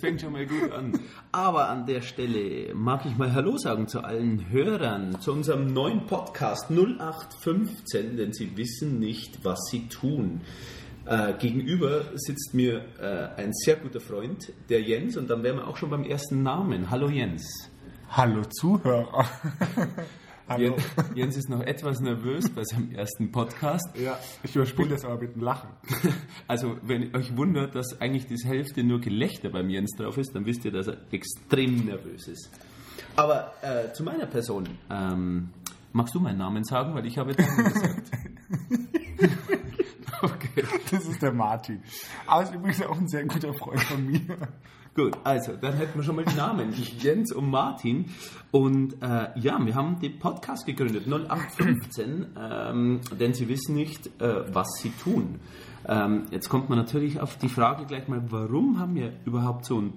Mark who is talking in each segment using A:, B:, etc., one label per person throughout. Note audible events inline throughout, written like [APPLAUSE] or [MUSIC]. A: fängt schon mal gut an.
B: Aber an der Stelle mag ich mal Hallo sagen zu allen Hörern, zu unserem neuen Podcast 0815, denn sie wissen nicht, was sie tun. Äh, gegenüber sitzt mir äh, ein sehr guter Freund, der Jens, und dann wären wir auch schon beim ersten Namen. Hallo Jens.
C: Hallo
B: [LAUGHS]
C: Zuhörer. Hallo.
A: Jens, Jens ist noch etwas nervös bei seinem ersten Podcast.
C: Ja, ich überspiele das aber mit einem Lachen.
B: [LAUGHS] Also, wenn euch wundert, dass eigentlich die Hälfte nur Gelächter beim Jens drauf ist, dann wisst ihr, dass er extrem nervös ist. Aber äh, zu meiner Person. Ähm, magst du meinen Namen sagen? Weil ich habe jetzt Namen gesagt. okay.
C: Das ist der Martin. Aber ist übrigens auch ein sehr guter Freund von mir.
B: Gut, also dann hätten wir schon mal die Namen, Jens und Martin. Und äh, ja, wir haben den Podcast gegründet, 0815, ähm, denn sie wissen nicht, äh, was sie tun. Ähm, jetzt kommt man natürlich auf die Frage gleich mal, warum haben wir überhaupt so einen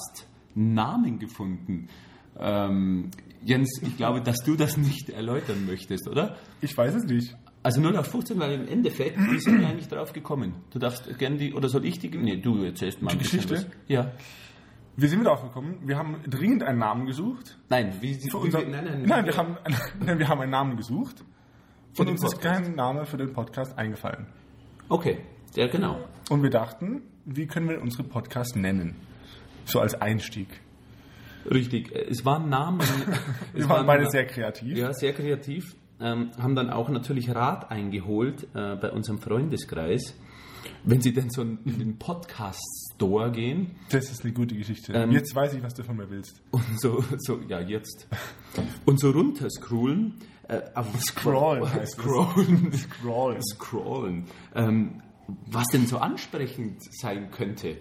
B: Podcast-Namen gefunden? Ähm, Jens, ich glaube, dass du das nicht erläutern möchtest, oder?
C: Ich weiß es nicht.
B: Also 0 auf 15, weil im Endeffekt, wie sind wir eigentlich drauf gekommen? Du darfst gerne die, oder soll ich die, nee, du erzählst mal ein bisschen
C: Geschichte?
B: was. Ja.
C: Wir sind wieder aufgekommen. Wir haben dringend einen Namen gesucht.
B: Nein, wie, wie,
C: Für unser-
B: wie nein, nein,
C: nein, wir haben, [LAUGHS] nein, wir haben einen Namen gesucht.
B: Für
C: Und
B: den
C: uns ist
B: Podcast.
C: kein Name für den Podcast eingefallen.
B: Okay, ja genau.
C: Und wir dachten, wie können wir unseren Podcast nennen? So als Einstieg.
B: Richtig, äh, es waren
C: [LAUGHS]
B: Namen.
C: Wir
B: es
C: waren beide
B: Na-
C: sehr kreativ.
B: Ja, sehr kreativ. Ähm, haben dann auch natürlich Rat eingeholt äh, bei unserem Freundeskreis. Wenn Sie denn so in den Podcast-Store gehen
C: Das ist eine gute Geschichte.
B: Ähm,
C: Jetzt weiß ich, was du von mir willst.
B: und so, so ja, jetzt, und so runterscrollen, äh, auf was-
C: Scrollen heißt es.
B: scrollen,
C: Scrollen.
B: scrollen, ähm, was denn so ansprechend sein könnte.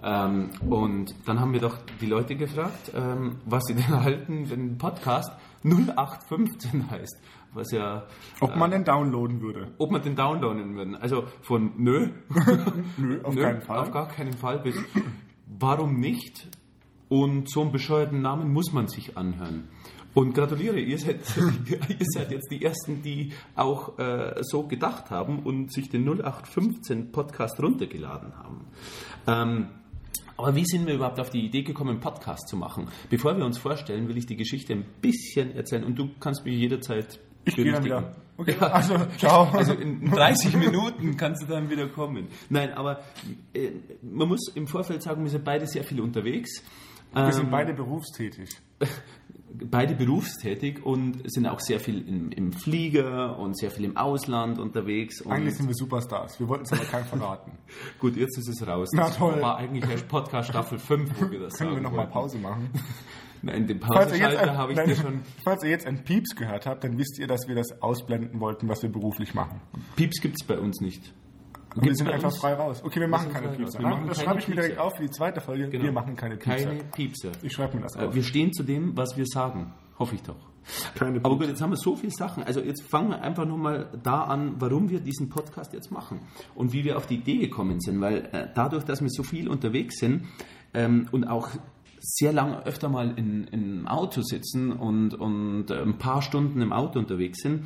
B: Ähm, und dann haben wir doch die Leute gefragt, ähm, was sie denn [LAUGHS] halten, wenn ein Podcast 0815 heißt, was ja,
C: Ob
B: Äh,
C: man den downloaden würde.
B: ob man den downloaden würden. Also von nö,
C: Nö, auf
B: nö,
C: keinen Fall.
B: auf gar keinen Fall bis warum nicht? Und so einen bescheuerten Namen muss man sich anhören. Und gratuliere, ihr seid, [LAUGHS] ihr seid jetzt die Ersten, die auch äh, so gedacht haben und sich den 0815 Podcast runtergeladen haben. Ähm, aber wie sind wir überhaupt auf die Idee gekommen, einen Podcast zu machen? Bevor wir uns vorstellen, will ich die Geschichte ein bisschen erzählen und du kannst mich jederzeit
C: Ich gehe dann
B: berichtigen.
C: wieder. Okay,
B: Ja. [LAUGHS]
C: also ciao.
B: Also
C: [LAUGHS]
B: in 30 Minuten kannst du dann wieder kommen. Nein, aber äh, man muss im Vorfeld sagen, wir sind beide sehr viel unterwegs. Ähm,
C: wir sind beide berufstätig.
B: Beide berufstätig und sind auch sehr viel im, im Flieger und sehr viel im Ausland unterwegs. Und
C: Eigentlich sind wir Superstars. Wir wollten es aber keinem verraten.
B: gut, jetzt ist es raus.
C: Na
B: Das
C: toll.
B: war eigentlich erst Podcast
C: [LAUGHS]
B: Staffel 5, wo wir das
C: Können wir
B: sagen
C: nochmal
B: wollten.
C: Pause machen?
B: Nein, den
C: Falls ihr, jetzt
B: Pauseschalter
C: ein,
B: habe ich
C: nein,
B: dir schon...
C: falls ihr jetzt ein Pieps gehört habt, dann wisst ihr, dass wir das ausblenden wollten, was wir beruflich machen.
B: Pieps gibt es bei uns nicht.
C: Und wir
B: Gibt's
C: sind
B: bei
C: einfach
B: uns?
C: frei raus. Okay, wir machen
B: sind
C: keine
B: frei
C: Pieps.
B: raus. Wir machen
C: Das
B: keine
C: schreibe ich mir
B: Piepser.
C: direkt auf für die zweite Folge.
B: Genau.
C: Wir machen keine Pieps.
B: Keine Piepser.
C: Ich schreibe mir das
B: Äh,
C: auf.
B: Wir stehen zu dem, was wir sagen. Hoffe ich doch.
C: Keine
B: Aber gut, jetzt haben wir so viele Sachen. Also jetzt fangen wir einfach nochmal da an, warum wir diesen Podcast jetzt machen und wie wir auf die Idee gekommen sind. Weil äh, dadurch, dass wir so viel unterwegs sind ähm, und auch sehr lange öfter mal in- im Auto sitzen und, und äh, ein paar Stunden im Auto unterwegs sind,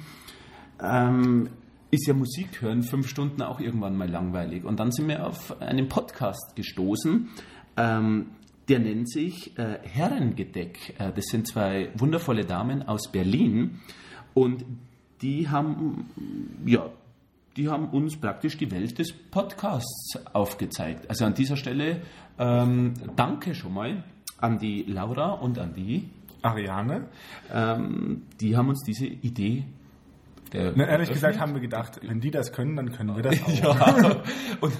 B: ähm, ist ja Musik hören fünf Stunden auch irgendwann mal langweilig. Und dann sind wir auf einen Podcast gestoßen, ähm, der nennt sich äh, Herrengedeck. Äh, das sind zwei wundervolle Damen aus Berlin und die haben, ja, die haben uns praktisch die Welt des Podcasts aufgezeigt. Also an dieser Stelle ähm, danke schon mal an die Laura und an die.
C: Ariane?
B: Ähm, die haben uns diese Idee. äh, Der
C: Na, ne, ehrlich gesagt haben wir gedacht, wenn die das können, dann können wir das auch.
B: [LAUGHS] ja. Und,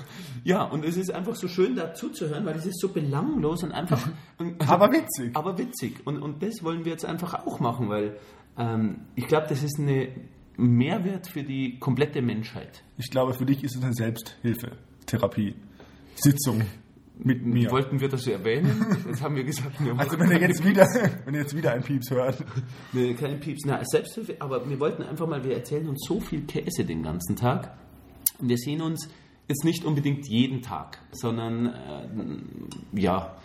B: ja, und es ist einfach so schön dazu zu hören, weil es ist so belanglos und einfach.
C: [LAUGHS]
B: und-
C: Aber witzig.
B: aber witzig. Und, und das wollen wir jetzt einfach auch machen, weil ähm, ich glaube, das ist eine Mehrwert für die komplette Menschheit.
C: Ich glaube, für dich ist es eine Selbsthilfe, Therapie, Sitzung mit mir.
B: Wollten wir das so
C: [LAUGHS]
B: erwähnen? Jetzt haben wir gesagt, wir
C: Also
B: wollen
C: wenn ihr jetzt wieder, [LAUGHS] wenn ihr jetzt wieder ein Pieps hört.
B: nee, keine Pieps. Na, Selbsthilfe, aber wir wollten einfach mal, wir erzählen uns so viel Käse den ganzen Tag. Und wir sehen uns jetzt nicht unbedingt jeden Tag, sondern äh, ja,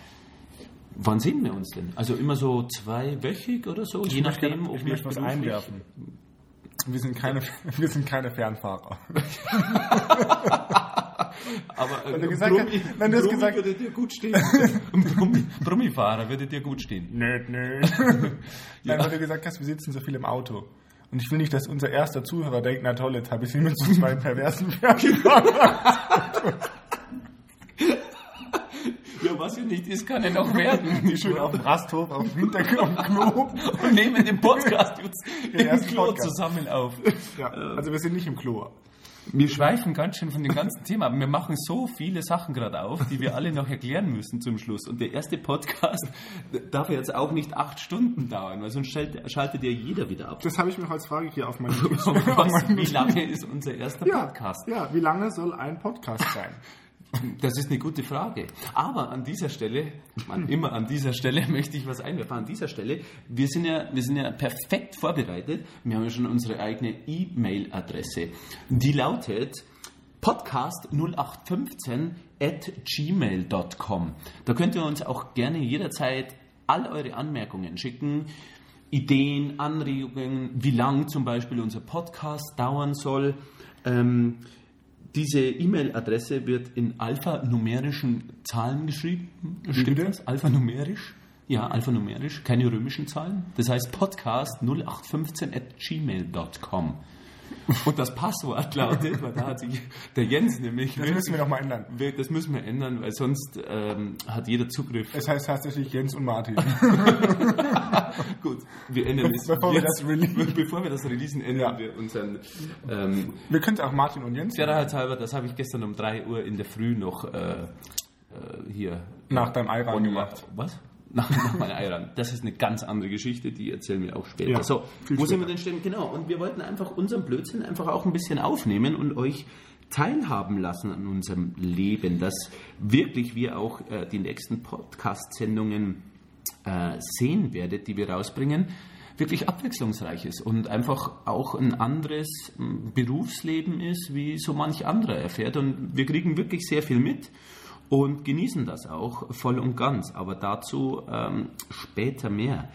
B: wann sehen wir uns denn? Also immer so zweiwöchig oder so, je nachdem,
C: ich
B: ob wir
C: möchte was
B: beruflich
C: einwerfen. [LAUGHS] Wir sind keine, wir sind keine Fernfahrer.
B: Aber äh,
C: du gesagt hast- wenn du es gesagt-
B: würde dir gut stehen. Ein Brummi, Brummifahrer würde dir gut stehen.
C: Nö, nö. [LAUGHS] Nein, weil du gesagt hast, wir sitzen so viel im Auto. Und ich will nicht, dass unser erster Zuhörer denkt, na toll, jetzt habe ich sie mit so zwei perversen [LAUGHS] Fernsehern.
B: Ja, was ja nicht ist, kann ja noch
C: [LAUGHS]
B: werden.
C: Die schön auf dem Rasthof, auf dem Hintergrund, auf dem Klo.
B: Und nehmen den Podcast
C: [LAUGHS]
B: jetzt im
C: ersten
B: Klo
C: Podcast.
B: zusammen auf.
C: Ja, also wir sind nicht im Klo.
B: Wir schweifen ganz schön von dem ganzen Thema ab. Wir machen so viele Sachen gerade auf, die wir alle noch erklären müssen zum Schluss. Und der erste Podcast darf ja jetzt auch nicht acht Stunden dauern, weil sonst schaltet, schaltet ja jeder wieder ab.
C: Das habe ich mir als Frage hier auf [LAUGHS] meinem
B: [LAUGHS] Was, wie lange ist unser erster Podcast?
C: Ja, wie lange soll ein Podcast sein?
B: Das ist eine gute Frage. Aber an dieser Stelle, man, immer an dieser Stelle [LAUGHS] möchte ich was einwerfen. An dieser Stelle, wir sind ja, wir sind ja perfekt vorbereitet. Wir haben ja schon unsere eigene E-Mail-Adresse. Die lautet podcast 0815 at gmail.com. Da könnt ihr uns auch gerne jederzeit all eure Anmerkungen schicken. Ideen, Anregungen, wie lang zum Beispiel unser Podcast dauern soll. Ähm, diese E-Mail-Adresse wird in alphanumerischen Zahlen geschrieben. Stimmt
C: bitte?
B: das? Alphanumerisch? Ja, alphanumerisch, keine römischen Zahlen. Das heißt podcast 0815 at gmail.com. Und das Passwort lautet, weil da hat sich der Jens nämlich.
C: Das müssen wir nochmal ändern.
B: Wir- Das müssen wir ändern, weil sonst ähm, hat jeder Zugriff.
C: Es heißt tatsächlich Jens und Martin.
B: Gut, wir ändern es.
C: Bevor wir das releasen.
B: Bevor wir das releasen, ändern
C: Ja.
B: wir unseren. Ähm,
C: Wir können es auch Martin und Jens
B: Sicherheitshalber, das habe ich gestern um 3 Uhr in der Früh noch äh, äh, hier.
C: nach deinem Eiran
B: on-
C: gemacht.
B: Was? Nach, nach meiner Eiran. Das ist eine ganz andere Geschichte, die erzählen wir auch später.
C: Ja,
B: so,
C: viel
B: wo sind wir
C: später.
B: denn stehen? Genau, und wir wollten einfach unseren Blödsinn einfach auch ein bisschen aufnehmen und euch teilhaben lassen an unserem Leben, dass wirklich wir auch äh, die nächsten Podcast-Sendungen äh, sehen werdet, die wir rausbringen, wirklich abwechslungsreich ist und einfach auch ein anderes m, Berufsleben ist, wie so manch anderer erfährt. Und wir kriegen wirklich sehr viel mit und genießen das auch voll und ganz. Aber dazu ähm, später mehr.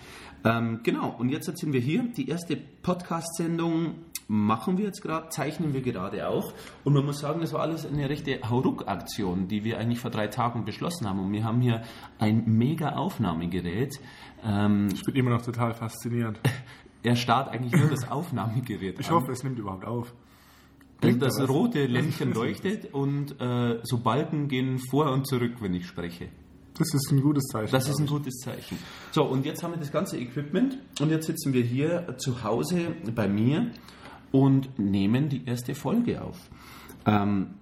B: Ähm, genau, und jetzt sind wir hier. Die erste Podcast-Sendung machen wir jetzt gerade, zeichnen wir gerade auch. Und man muss sagen, das war alles eine rechte Hauruck-Aktion, die wir eigentlich vor drei Tagen beschlossen haben. Und wir haben hier ein mega Aufnahmegerät. Ähm,
C: Ich bin immer noch total fasziniert.
B: er starrt eigentlich nur
C: [LAUGHS]
B: das Aufnahmegerät
C: Ich
B: an.
C: hoffe, es nimmt überhaupt auf.
B: Und das
C: Blinkt da was?
B: rote
C: [LAUGHS]
B: Lämpchen leuchtet und äh, so Balken gehen vor und zurück, wenn ich spreche.
C: Das ist ein gutes Zeichen.
B: Das ist ein gutes Zeichen. So, und jetzt haben wir das ganze Equipment und jetzt sitzen wir hier zu Hause bei mir und nehmen die erste Folge auf. Ähm,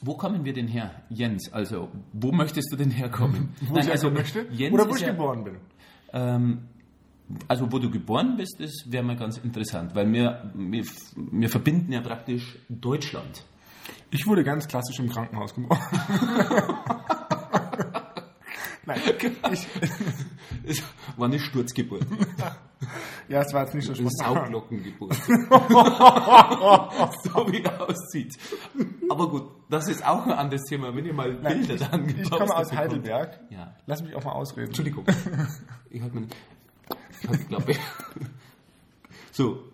B: wo kommen wir denn her, Jens? Also, wo möchtest du denn herkommen?
C: [LAUGHS] wo
B: Nein,
C: ich also
B: also,
C: möchte
B: Jens
C: oder wo
B: ist
C: ich
B: ja-
C: geboren bin.
B: ähm, also wo du geboren bist, das wäre mal ganz interessant, weil wir, wir, wir verbinden ja praktisch Deutschland.
C: Ich wurde ganz klassisch im Krankenhaus geboren.
B: [LAUGHS]
C: Nein, ich,
B: Es war eine Sturzgeburt,
C: [LAUGHS] ja, es war jetzt nicht so [LAUGHS]
B: eine
C: spontan.
B: Sauglockengeburt. [LAUGHS] so wie er aussieht. Aber gut, das ist auch ein anderes Thema, wenn ihr mal
C: [LAUGHS] Nein,
B: Bilder dann
C: ich, ich komme aus Heidelberg.
B: Ja.
C: Lass mich auch mal ausreden. [LAUGHS]
B: Entschuldigung. Ich halt meine. Ich halt die Klappe. So.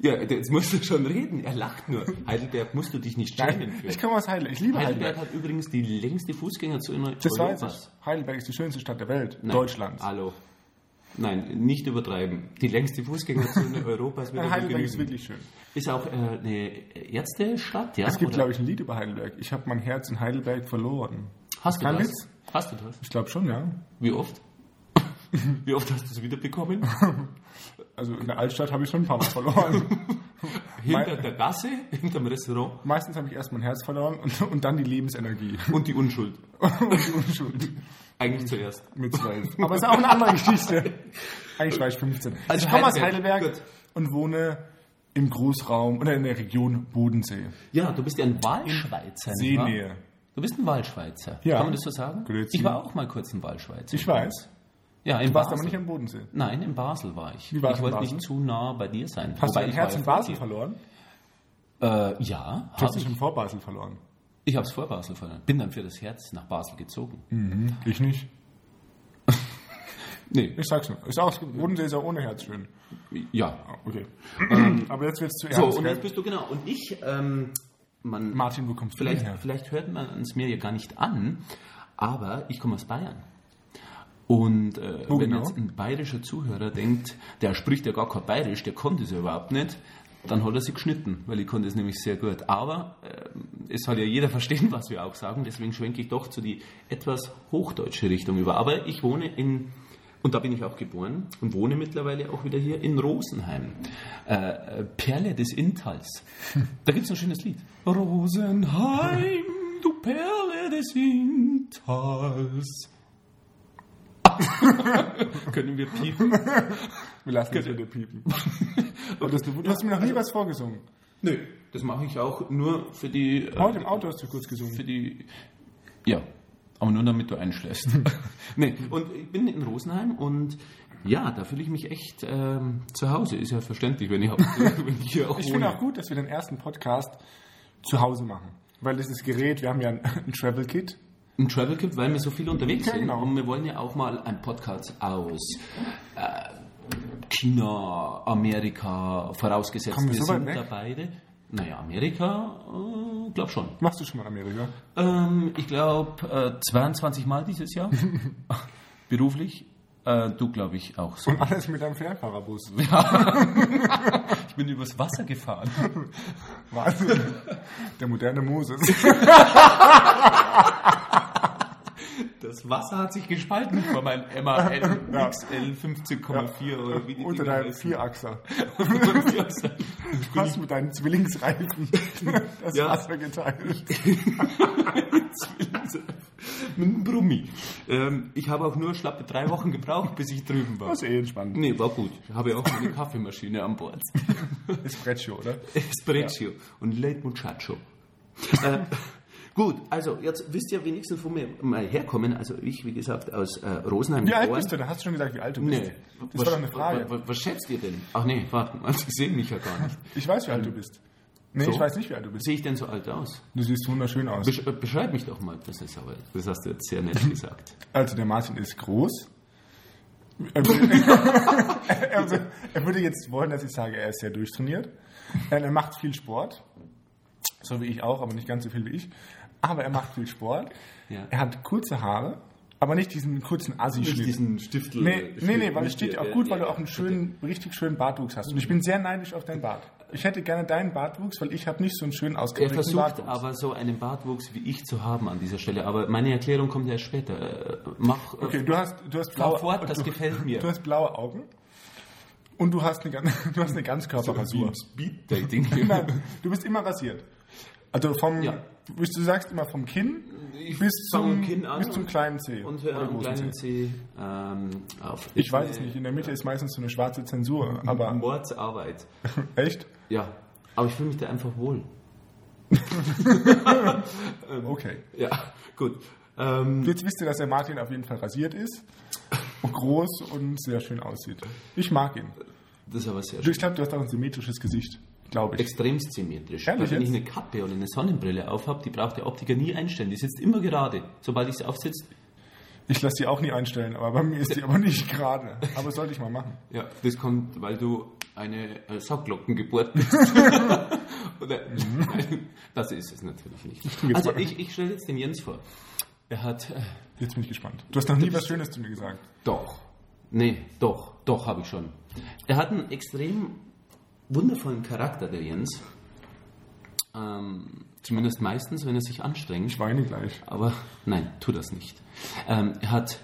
B: Ja, jetzt musst du schon reden. Er lacht nur. Heidelberg musst du dich nicht schämen
C: Nein,
B: für.
C: ich komme aus Heidelberg. Ich liebe
B: Heidelberg
C: Heidelberg.
B: hat übrigens die längste Fußgängerzone
C: Das weiß
B: Europas.
C: ich. Heidelberg ist die schönste Stadt der Welt.
B: Nein.
C: Deutschlands.
B: Hallo. Nein, nicht übertreiben. Die längste Fußgängerzone
C: [LAUGHS]
B: Europas wird
C: Ja,
B: aber
C: Heidelberg ist
B: genügen.
C: wirklich schön.
B: Ist auch äh, eine Ärztestadt, ja?
C: Es gibt,
B: oder?
C: glaube ich, ein Lied über Heidelberg. Ich habe mein Herz in Heidelberg verloren.
B: Hast du
C: Kein
B: das?
C: Witz.
B: Hast du das?
C: Ich glaube schon, ja.
B: Wie oft? [LAUGHS] Wie oft hast du es wiederbekommen? [LAUGHS]
C: Also in der Altstadt habe ich schon ein paar Mal
B: [LAUGHS]
C: verloren.
B: Hinter
C: Mein-
B: der Gasse, hinterm Restaurant
C: Meistens habe ich erst mein Herz verloren und, und dann die Lebensenergie.
B: und die Unschuld.
C: [LAUGHS] und die Unschuld.
B: Eigentlich zuerst.
C: Mit zwölf. Aber es ist auch eine andere Geschichte.
B: [LAUGHS]
C: Eigentlich war ich 15. Also
B: Also
C: ich komme aus
B: Heidelberg.
C: Heidelberg und wohne im Großraum oder in der Region Bodensee.
B: Ja, du bist ja ein Wahlschweizer. nicht wahr?
C: Seenähe.
B: Du bist ein Wahlschweizer.
C: Ja.
B: Kann man das so sagen?
C: Grüezi.
B: Ich war auch mal kurz ein Wahlschweizer.
C: Ich weiß.
B: ja, in
C: Du warst
B: Basel.
C: aber nicht am Bodensee.
B: Nein, in Basel war ich.
C: Wie war es
B: ich
C: in
B: wollte
C: Basel?
B: nicht zu nah bei dir sein.
C: Hast
B: Wobei,
C: du dein
B: ich
C: Herz
B: war ja
C: in
B: vor
C: Basel
B: dir.
C: verloren?
B: Äh, ja,
C: Du hast
B: habe
C: dich
B: ich.
C: schon vor Basel verloren.
B: Ich habe es vor Basel verloren. Bin dann für das Herz nach Basel gezogen. Hm,
C: Ich nicht.
B: Nee,
C: Ich sag's nur. Ist auch, Bodensee ist ja ohne Herz schön.
B: ja.
C: Ah,
B: [CLEARS THROAT]
C: Okay. Ähm, Aber jetzt wird's zu
B: So,
C: ernst.
B: und
C: gell?
B: jetzt bist du genau. Und ich ähm, man
C: Martin, wo kommst du
B: vielleicht,
C: denn her?
B: vielleicht hört man es mir ja gar nicht an, aber ich komme aus Bayern. Und äh,
C: Wo
B: wenn
C: genau?
B: jetzt ein bayerischer Zuhörer denkt, der spricht ja gar kein Bayerisch, der konnte es ja überhaupt nicht, dann hat er sie geschnitten, weil ich konnte es nämlich sehr gut. Aber äh, es soll ja jeder [LAUGHS] verstehen, was wir auch sagen, deswegen schwenke ich doch zu die etwas hochdeutsche Richtung über. Aber ich wohne in, und da bin ich auch geboren und wohne mittlerweile auch wieder hier in Rosenheim. Äh, äh, Perle des [LAUGHS] Inntals. Da gibt es ein schönes Lied. Rosenheim, du Perle des Inntals. Können wir piepen?
C: Wir lassen das wieder
B: [LAUGHS]
C: piepen.
B: Und das du
C: Du hast mir noch nie was vorgesungen.
B: Nö, das mache ich auch nur für die. äh,
C: Heute im Auto hast du kurz gesungen.
B: Für die. Ja, aber nur damit du einschläfst.
C: [LAUGHS]
B: nee, und ich bin in Rosenheim und ja, da fühle ich mich echt ähm, zu Hause. Ist ja verständlich, wenn ich, auch, [LAUGHS] wenn ich hier auch
C: Ich
B: wohne.
C: finde auch gut, dass wir den ersten Podcast zu Hause machen. Weil dieses Gerät, wir haben ja [LAUGHS] ein, ein Travel Kit.
B: ein Travel Kit, weil wir so viel unterwegs
C: Ja,
B: sind.
C: genau.
B: Und wir wollen ja auch mal einen Podcast aus äh, China, Amerika, vorausgesetzt
C: Kommen wir
B: wir
C: so weit
B: sind
C: weg?
B: da beide. Naja, Amerika, äh, glaub schon.
C: Machst du schon mal in Amerika?
B: Ähm, ich glaube, äh, 22 Mal dieses [LAUGHS] Jahr. Beruflich. Äh, du, glaube ich, auch so.
C: Und alles mit einem Fernfahrerbus.
B: [LAUGHS] Ich bin übers Wasser gefahren.
C: Wahnsinn. Der moderne Moses.
B: Das Wasser hat sich gespalten vor meinem MAN
C: [LAUGHS] Ja.
B: XL 15,4 oder
C: [LAUGHS]
B: wie die
C: Unter
B: Dinger
C: deinem
B: heißen.
C: Vierachser.
B: Ich
C: Du hast mit
B: [LAUGHS]
C: deinen Zwillingsreifen [LAUGHS] das
B: Ja.
C: Wasser geteilt.
B: [LAUGHS] Mit einem
C: [LAUGHS]
B: Brummi. Ähm, ich habe auch nur schlappe drei Wochen gebraucht, bis ich drüben war.
C: Das ist eh entspannt.
B: Nee, war gut. Ich habe ja auch meine Kaffeemaschine an Bord.
C: Espresso, oder?
B: Espresso und Late Muchacho. äh, [LAUGHS] gut, also jetzt wisst ihr wenigstens, wo wir mal herkommen. Also ich, wie gesagt, aus äh, Rosenheim.
C: Wie alt bist du? Da hast du schon gesagt, wie alt du bist.
B: Nee.
C: Das war doch eine Frage.
B: Was, was, was schätzt ihr denn? Ach nee, [LAUGHS] warte mal, ich sehe mich ja gar nicht.
C: Ich weiß, wie alt du bist. Nee,
B: So?
C: ich weiß nicht, wie alt du bist.
B: Sehe ich denn so alt aus?
C: Du siehst wunderschön aus.
B: Besch äh, beschreib mich doch mal. Das ist aber, das hast du jetzt sehr nett
C: [LAUGHS]
B: gesagt.
C: Also der Martin ist groß.
B: [LAUGHS]
C: Er würde- [LAUGHS] er wür- er würde jetzt wollen, dass ich sage, er ist sehr durchtrainiert. Nein, Er macht viel Sport. So wie ich auch, aber nicht ganz so viel wie ich. Aber er macht viel Sport.
B: Ja.
C: Er hat kurze Haare, aber nicht diesen kurzen Assi-Schnitt.
B: Stiftel.
C: Nee, nee, nee, weil es steht dir auch gut, weil du auch einen schönen, richtig schönen Bartwuchs hast. Und ich bin sehr neidisch auf deinen Bart. Ich hätte gerne deinen Bartwuchs, weil ich habe nicht so einen schönen
B: Er
C: ausgeprägten
B: versucht
C: Bartwuchs.
B: aber so einen Bartwuchs wie ich zu haben an dieser Stelle. Aber meine Erklärung kommt erst später. Äh, Mach, äh,
C: Okay, du hast, du hast blaue
B: fort, das
C: du,
B: gefällt mir.
C: [LAUGHS] Du hast blaue Augen und du hast eine, gan- [LAUGHS] du hast eine Ganzkörperrasur.
B: Speed-Dating.
C: [LAUGHS] Nein, du bist immer rasiert. Also vom,
B: Ja.
C: bis du sagst immer vom Kinn
B: Ich
C: bis
B: fang am
C: zum,
B: Kinn an
C: bis zum
B: und-
C: kleinen Zeh.
B: Und höre am
C: großen
B: kleinen
C: Zeh.
B: C ähm, auf.
C: Ich weiß es nicht, in der Mitte ist meistens so eine schwarze Zensur, aber
B: Mordsarbeit.
C: echt?
B: Ja, aber ich fühle mich da einfach wohl. Ähm.
C: Okay.
B: Ja, [LAUGHS] gut. Ähm,
C: Jetzt wisst ihr, dass der Martin auf jeden Fall rasiert ist, groß und sehr schön aussieht. Ich mag ihn.
B: das ist aber sehr
C: Du,
B: schön.
C: Ich glaube, du hast auch ein symmetrisches Gesicht, glaube ich.
B: Extrem symmetrisch.
C: Ehrlich
B: wenn ich
C: jetzt?
B: eine Kappe oder eine Sonnenbrille aufhab, die braucht der Optiker nie einstellen. Die sitzt immer gerade. Sobald ich sie aufsetze,
C: Ich lasse die auch nie einstellen, aber bei mir ist die aber nicht gerade. Aber das sollte ich mal machen.
B: Ja, das kommt, weil du eine äh, Saugglockengeburt bist. [LAUGHS] Mhm. Oder, nein, [LAUGHS] das ist es natürlich nicht. Also ich, ich stelle jetzt den Jens vor. Er hat, äh,
C: Jetzt bin ich gespannt. Du hast noch nie was Schönes zu mir gesagt.
B: doch, nee, doch, doch habe ich schon. Er hat einen extrem wundervollen Charakter, der Jens. Ähm, zumindest meistens, wenn er sich anstrengt.
C: Ich weine gleich.
B: Aber nein, tu das nicht. Ähm, er hat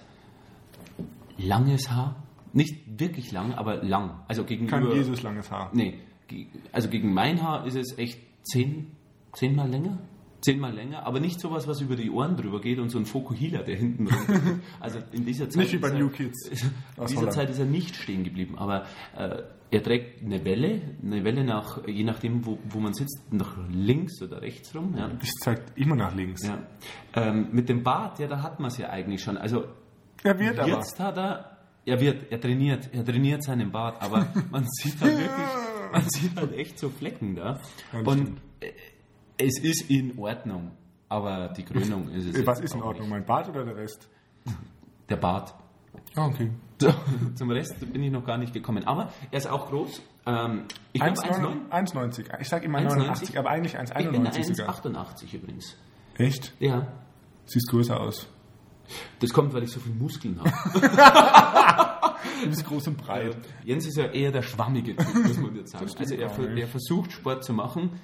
B: langes Haar. Nicht wirklich lang, aber lang. Also gegenüber...
C: Kein Jesus langes Haar.
B: Nee, ge- also gegen mein Haar ist es echt zehn, zehnmal länger. Zehnmal länger, aber nicht sowas, was über die Ohren drüber geht und so ein Fokuhila, der hinten rum.
C: [LAUGHS]
B: Also in dieser Zeit.
C: Nicht wie bei
B: ist er-
C: New Kids.
B: In
C: aus
B: dieser
C: Holland.
B: also Zeit ist er nicht stehen geblieben, aber äh, er trägt eine Welle, eine Welle nach, je nachdem, wo, wo man sitzt, nach links oder rechts rum. Ja.
C: Ich zeig immer nach links.
B: Ja. Ähm, mit dem Bart, ja, da hat man es ja eigentlich schon. Also
C: Er wird aber.
B: Jetzt hat er, er wird, er trainiert, er trainiert seinen Bart,
C: [LAUGHS]
B: aber man sieht halt wirklich, man sieht halt echt so Flecken da.
C: Ja, das
B: Und äh, es ist in Ordnung, aber die Krönung ist es.
C: Äh, Was
B: jetzt
C: ist in
B: auch
C: Ordnung?
B: nicht.
C: Mein Bart oder der Rest?
B: Der Bart.
C: Ah, okay.
B: So, [LAUGHS] zum Rest bin ich noch gar nicht gekommen. Aber er ist auch groß. Ähm, ich glaube 1,9.
C: 1,90. Ich sag immer
B: 1,90.
C: 89, aber eigentlich
B: Ich bin
C: 1,91 sogar.
B: 1,88 übrigens.
C: Echt?
B: Ja.
C: Siehst größer aus.
B: Das kommt, weil ich so viel Muskeln habe. [LAUGHS]
C: Du bist groß und breit.
B: Also, Jens ist ja eher der schwammige Typ, muss man [LAUGHS] jetzt sagen.
C: stimmt
B: Also er,
C: gar
B: ver-
C: nicht.
B: er versucht Sport zu machen,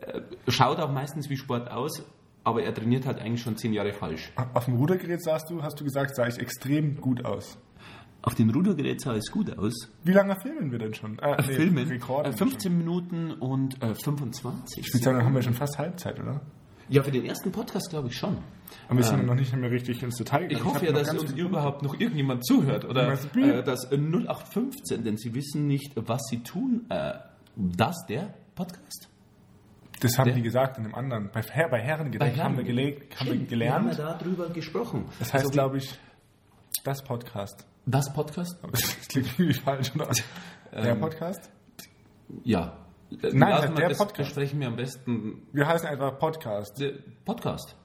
B: äh, schaut auch meistens wie Sport aus, aber er trainiert halt eigentlich schon zehn Jahre falsch.
C: Auf dem Rudergerät sahst du, hast du gesagt, sah ich extrem gut aus.
B: Auf dem Rudergerät sah es gut aus. Äh,
C: Wie lange filmen wir denn schon? Äh, nee,
B: Filmen.
C: Rekorden.
B: Äh, 15 Minuten und äh, 25.
C: Ich würde sagen, dann haben wir schon fast Halbzeit, oder?
B: Ja, für den ersten Podcast glaube ich schon.
C: Aber wir sind noch nicht mehr richtig ins Detail
B: Äh. Ich
C: gegangen. Also hab
B: hoffe ja,
C: noch
B: dass
C: ganz
B: uns
C: viel-
B: überhaupt noch irgendjemand zuhört oder
C: Meinst du, Bier?
B: äh, das 0815, denn sie wissen nicht, was sie tun. Äh, das der Podcast?
C: Das haben
B: Ja.
C: die gesagt in dem anderen. Bei, Her bei Herrengedeck haben wir, gelegt, haben wir
B: Stimmt,
C: gelernt.
B: Wir haben ja darüber gesprochen.
C: das heißt,
B: Also,
C: glaube ich, das Podcast. [LAUGHS]
B: das Podcast?
C: Aber Das klingt irgendwie falsch, oder?
B: ähm.
C: Der Podcast?
B: Ja. Nein,
C: der- der Podcast.
B: Sprechen wir am besten
C: Wir heißen einfach Podcast.
B: äh, Podcast.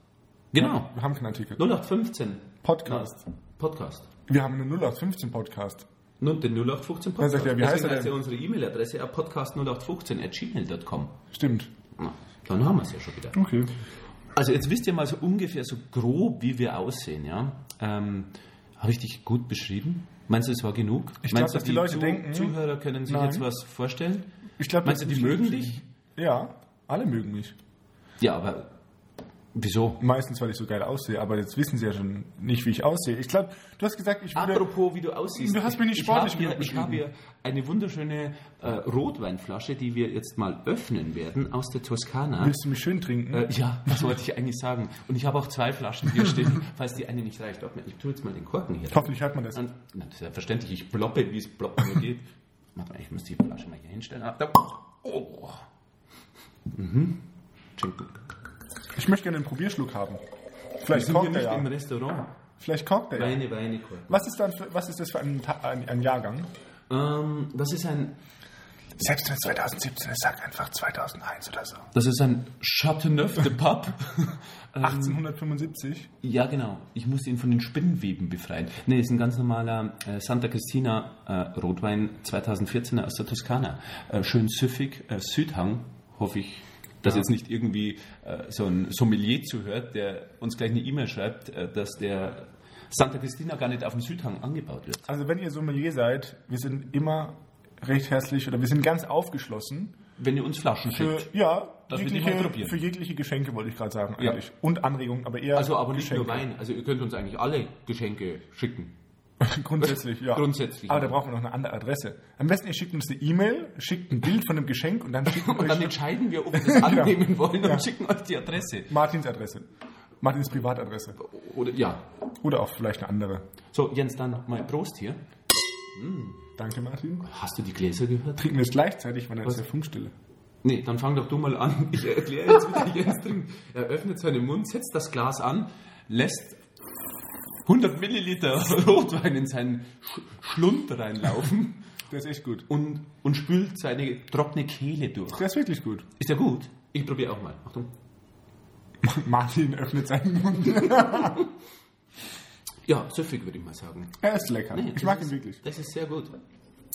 B: Genau.
C: Wir haben keinen Artikel.
B: 0815
C: Podcast.
B: Na, Podcast.
C: Wir haben einen 0815 Podcast.
B: Und den 0815
C: Dann
B: Podcast.
C: sagt er, wie heißt
B: Deswegen
C: er denn?
B: heißt ja unsere E-Mail-Adresse ja podcast0815 at gmail.com.
C: Stimmt.
B: Na, Dann haben wir es ja schon wieder.
C: Okay.
B: Also jetzt wisst ihr mal so ungefähr so grob, wie wir aussehen, ja. Ähm, Habe ich dich gut beschrieben? Meinst du, es war genug?
C: Ich glaub,
B: Meinst du,
C: dass die Leute denken- hm?
B: Zuhörer können sich
C: Nein.
B: jetzt was vorstellen?
C: Ich glaube,
B: Meinst du, die mögen dich?
C: Ja, alle mögen mich.
B: Ja, aber wieso?
C: Meistens, weil ich so geil aussehe, aber jetzt wissen sie ja schon nicht, wie ich aussehe. Ich glaube, du hast gesagt, ich würde.
B: Apropos, wie du aussiehst.
C: Du hast mich nicht
B: Ich-
C: sportlich
B: ich habe hier,
C: genug
B: ich habe
C: beschrieben.
B: hier eine wunderschöne äh, Rotweinflasche, die wir jetzt mal öffnen werden aus der Toskana.
C: Willst du mich schön trinken?
B: Äh, ja, das wollte ich eigentlich sagen. Und ich habe auch zwei Flaschen hier
C: [LAUGHS]
B: stehen, falls die eine nicht reicht. Warte mal, Ich tue jetzt mal den Korken hier. rein.
C: Hoffentlich hört man das.
B: Und, na, selbstverständlich, ich ploppe, wie es ploppen
C: [LAUGHS]
B: nur geht. Warte mal, ich muss die Flasche mal hier hinstellen. Ah, da- Oh. Mhm. Schenken.
C: Ich möchte gerne einen Probierschluck haben. Vielleicht
B: Sind wir
C: kocht er
B: nicht im
C: ja.
B: Restaurant?
C: Vielleicht kocht er ja.
B: Weine, Weine, Korken.
C: Was ist, dann für, was ist das für ein, Ta- ein, ein Jahrgang?
B: Ähm, das ist ein
C: Selbst wenn es 2017 ist, sag einfach 2001 oder so.
B: Das ist ein Chateauneuf de
C: [LAUGHS]
B: Pape. Ähm,
C: 1875.
B: ja, genau. Ich musste ihn von den Spinnenweben befreien. Nee, ist ein ganz normaler äh, Santa Cristina äh, Rotwein 2014er aus der Toskana. Äh, schön süffig, äh, Südhang, hoffe ich. Dass jetzt nicht irgendwie äh, so ein Sommelier zuhört, der uns gleich eine E-Mail schreibt, äh, dass der Santa Cristina gar nicht auf dem Südhang angebaut wird.
C: Also wenn ihr Sommelier seid, wir sind immer recht herzlich oder wir sind ganz aufgeschlossen
B: Wenn ihr uns Flaschen
C: für,
B: schickt.
C: ja,
B: Dass wir die mal
C: jegliche,
B: probieren.
C: für jegliche Geschenke, wollte ich gerade sagen.
B: Ja.
C: Eigentlich. Und Anregungen, aber eher
B: Also aber nicht
C: Geschenke.
B: nur Wein. Also ihr könnt uns eigentlich alle Geschenke schicken.
C: [LAUGHS] Grundsätzlich, ja.
B: Grundsätzlich,
C: Aber da
B: ja.
C: brauchen wir noch eine andere Adresse. Am besten, ihr schickt uns eine E-Mail, schickt ein Bild von einem Geschenk und dann
B: [LAUGHS]
C: schickt
B: Und
C: euch
B: dann entscheiden wir, ob wir das
C: Genau.
B: annehmen wollen und
C: [LAUGHS] Ja.
B: schicken euch die Adresse.
C: Martins Adresse. Martins Privatadresse.
B: Oder ja.
C: Oder auch vielleicht eine andere.
B: So, Jens, dann mal Prost hier.
C: Danke, Martin.
B: Hast du die Gläser gehört?
C: Trinken wir es gleichzeitig, weil dann ist ja Funkstille.
B: Nee, dann fang doch du mal an. [LAUGHS] Ich erkläre jetzt, wie der Jens trinkt. Er öffnet seinen Mund, setzt das Glas an, lässt 100 Milliliter [LAUGHS] Rotwein in seinen Sch Schlund reinlaufen
C: Der ist echt gut.
B: und, und spült seine trockene Kehle durch.
C: Der ist wirklich gut. [LAUGHS]
B: Ist der gut? Ich probiere auch mal. Achtung.
C: Martin öffnet seinen Mund. [LAUGHS]
B: Ja, süffig würde ich mal sagen.
C: er ist lecker.
B: Nee,
C: ich
B: das
C: mag
B: ist-
C: ihn wirklich.
B: Das ist sehr gut.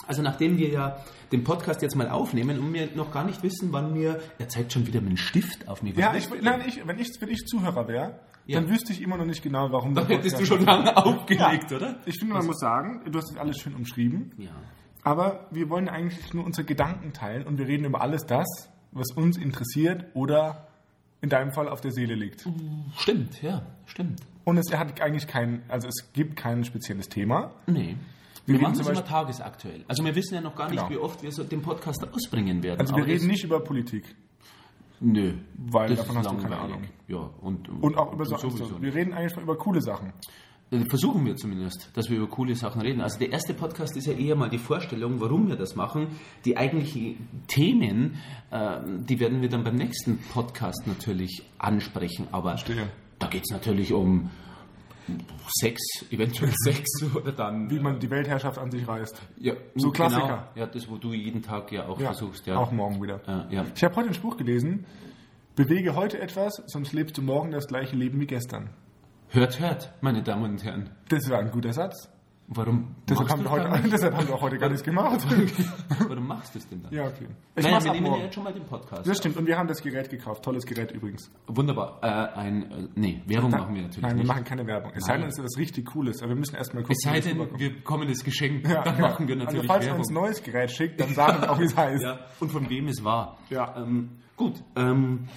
B: Also nachdem wir ja den Podcast jetzt mal aufnehmen und wir noch gar nicht wissen, wann mir... Er zeigt schon wieder mit dem Stift auf mich.
C: Ja, ich, nein, ich, wenn, ich, wenn ich Zuhörer wäre,
B: Ja.
C: dann wüsste ich immer noch nicht genau, warum
B: Da
C: der
B: hättest du
C: Podcast-
B: schon
C: [LAUGHS]
B: lange aufgelegt, oder?
C: Ich finde, man muss sagen, du hast das alles schön umschrieben,
B: Ja.
C: aber wir wollen eigentlich nur unsere Gedanken teilen und wir reden über alles das, was uns interessiert oder in deinem Fall auf der Seele liegt.
B: Stimmt, ja, stimmt.
C: Und es hat eigentlich kein, also es gibt kein spezielles Thema.
B: Nee. Wir,
C: Wir reden
B: machen
C: zum
B: es immer
C: Beispiel-
B: tagesaktuell. Also wir wissen ja noch gar nicht,
C: Genau.
B: wie oft wir so den Podcast ausbringen werden.
C: Also wir
B: Aber
C: reden
B: das-
C: nicht über Politik.
B: Nö.
C: weil davon
B: ist
C: hast du keine
B: langweilig. Ja, und,
C: Und auch über
B: so
C: Sachen. so- Wir reden eigentlich über coole Sachen.
B: Äh, Versuchen wir zumindest, dass wir über coole Sachen reden. Also der erste Podcast ist ja eher mal die Vorstellung, warum wir das machen. Die eigentlichen Themen, ähm, die werden wir dann beim nächsten Podcast natürlich ansprechen. Aber
C: Verstehe.
B: da geht es natürlich um Sex,
C: [LAUGHS]
B: eventuell Sex oder dann...
C: Wie man die Weltherrschaft an sich reißt.
B: ja, genau.
C: so Klassiker.
B: ja, das, wo du jeden Tag ja auch
C: Ja,
B: versuchst. Ja.
C: Auch morgen wieder.
B: Ja, ja.
C: Ich habe heute einen Spruch gelesen. Bewege heute etwas, sonst lebst du morgen das gleiche Leben wie gestern.
B: Hört, hört, meine Damen und Herren.
C: Das war ein guter Satz.
B: Warum
C: Deshalb
B: machst du's
C: haben, wir heute, [LAUGHS]
B: dann nicht?
C: deshalb haben wir auch heute gar
B: [LAUGHS]
C: nichts gemacht.
B: Warum machst du es denn dann?
C: ja, okay. Ich
B: Naja,
C: mach's
B: wir
C: ab
B: nehmen ja
C: morgen.
B: jetzt schon mal den Podcast.
C: Das stimmt. Und wir haben das Gerät gekauft. Tolles Gerät übrigens.
B: Wunderbar. Äh, ein, äh, nee, Werbung
C: Nein,
B: machen wir natürlich
C: Nein,
B: nicht.
C: wir machen keine Werbung. Es sei denn,
B: Nein.
C: es ist was richtig Cooles. Aber wir müssen erstmal gucken,
B: es sei
C: wie das
B: denn,
C: rüberkommt.
B: wir bekommen das Geschenk,
C: Ja,
B: dann
C: ja.
B: machen wir natürlich
C: Also falls ihr
B: Werbung.
C: uns ein neues Gerät schickt, dann sagen wir
B: [LAUGHS]
C: auch, wie es heißt.
B: Ja, und von wem es war.
C: Ja.
B: Ähm, gut. Ähm,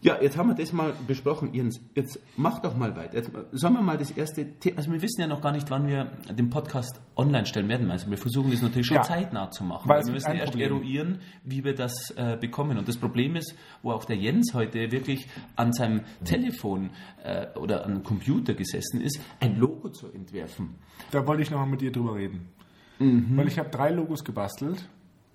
B: ja, jetzt haben wir das mal besprochen, Jens. Jetzt mach doch mal weiter. Jetzt sollen wir mal das erste Thema. Also, wir wissen ja noch gar nicht, wann wir den Podcast online stellen werden. Also, wir versuchen das natürlich schon
C: Ja.
B: zeitnah zu machen. Weil
C: Weil es
B: wir
C: gibt
B: müssen
C: ein
B: erst
C: Problem.
B: eruieren, wie wir das äh, bekommen. Und das Problem ist, wo auch der Jens heute wirklich an seinem Telefon äh, oder an einem Computer gesessen ist, ein Logo zu entwerfen.
C: Da wollte ich nochmal mit dir drüber reden.
B: Mhm.
C: Weil ich habe drei Logos gebastelt.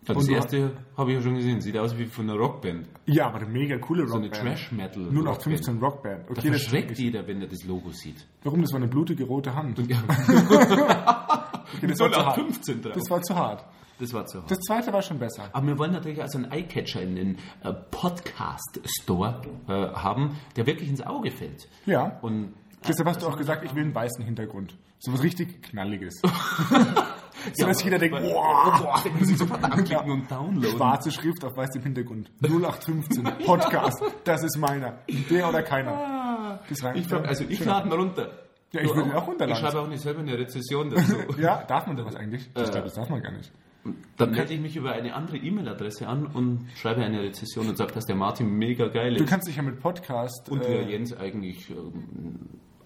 A: Das
C: Und du-
A: erste habe ich ja schon gesehen. Sieht aus wie von einer Rockband.
C: Ja, aber eine mega coole
A: So eine
C: Rockband.
A: Trash-Metal.
C: Nur noch
A: Rockband.
C: 15 Rockband.
A: Da
C: Okay, das
A: verschreckt jeder, wenn er das Logo sieht.
C: Warum? Das war eine blutige rote Hand.
B: [LAUGHS]
A: Ja.
C: [LAUGHS] Okay, das, war
A: Soll
C: zu
A: auch
C: hart.
A: 15 drauf.
C: das war zu hart.
B: Das war zu hart.
C: Das zweite war schon besser.
B: Aber wir wollen natürlich also einen Eyecatcher in den äh, Podcast-Store äh, haben, der wirklich ins Auge fällt.
C: Ja.
B: Und
C: Deshalb hast du auch gesagt, ich will einen weißen Hintergrund. So was
B: [LAUGHS]
C: richtig Knalliges. so dass jeder denkt,
A: weil-
C: boah,
B: Oh, den muss ich sofort anklicken und downloaden.
C: schwarze Schrift auf weißem Hintergrund.
B: [LAUGHS]
C: 0815 Podcast. Das ist meiner. Der oder keiner.
B: Ah.
C: Bis rein.
A: Ich, ver- also ich lade ihn runter.
C: Ja, ich
A: Nur
C: würde ihn auch runterladen.
A: Ich schreibe auch nicht selber eine Rezension
C: [LAUGHS]
A: dazu.
C: ja, darf man sowas eigentlich?
B: Äh.
C: Ich glaube, das darf man gar nicht.
B: Dann melde ich mich über eine andere E-Mail-Adresse an und schreibe eine Rezession und sage, dass der Martin mega geil
C: Du
B: ist.
C: kannst dich ja mit Podcast.
B: Und der
C: äh,
B: Jens eigentlich ähm,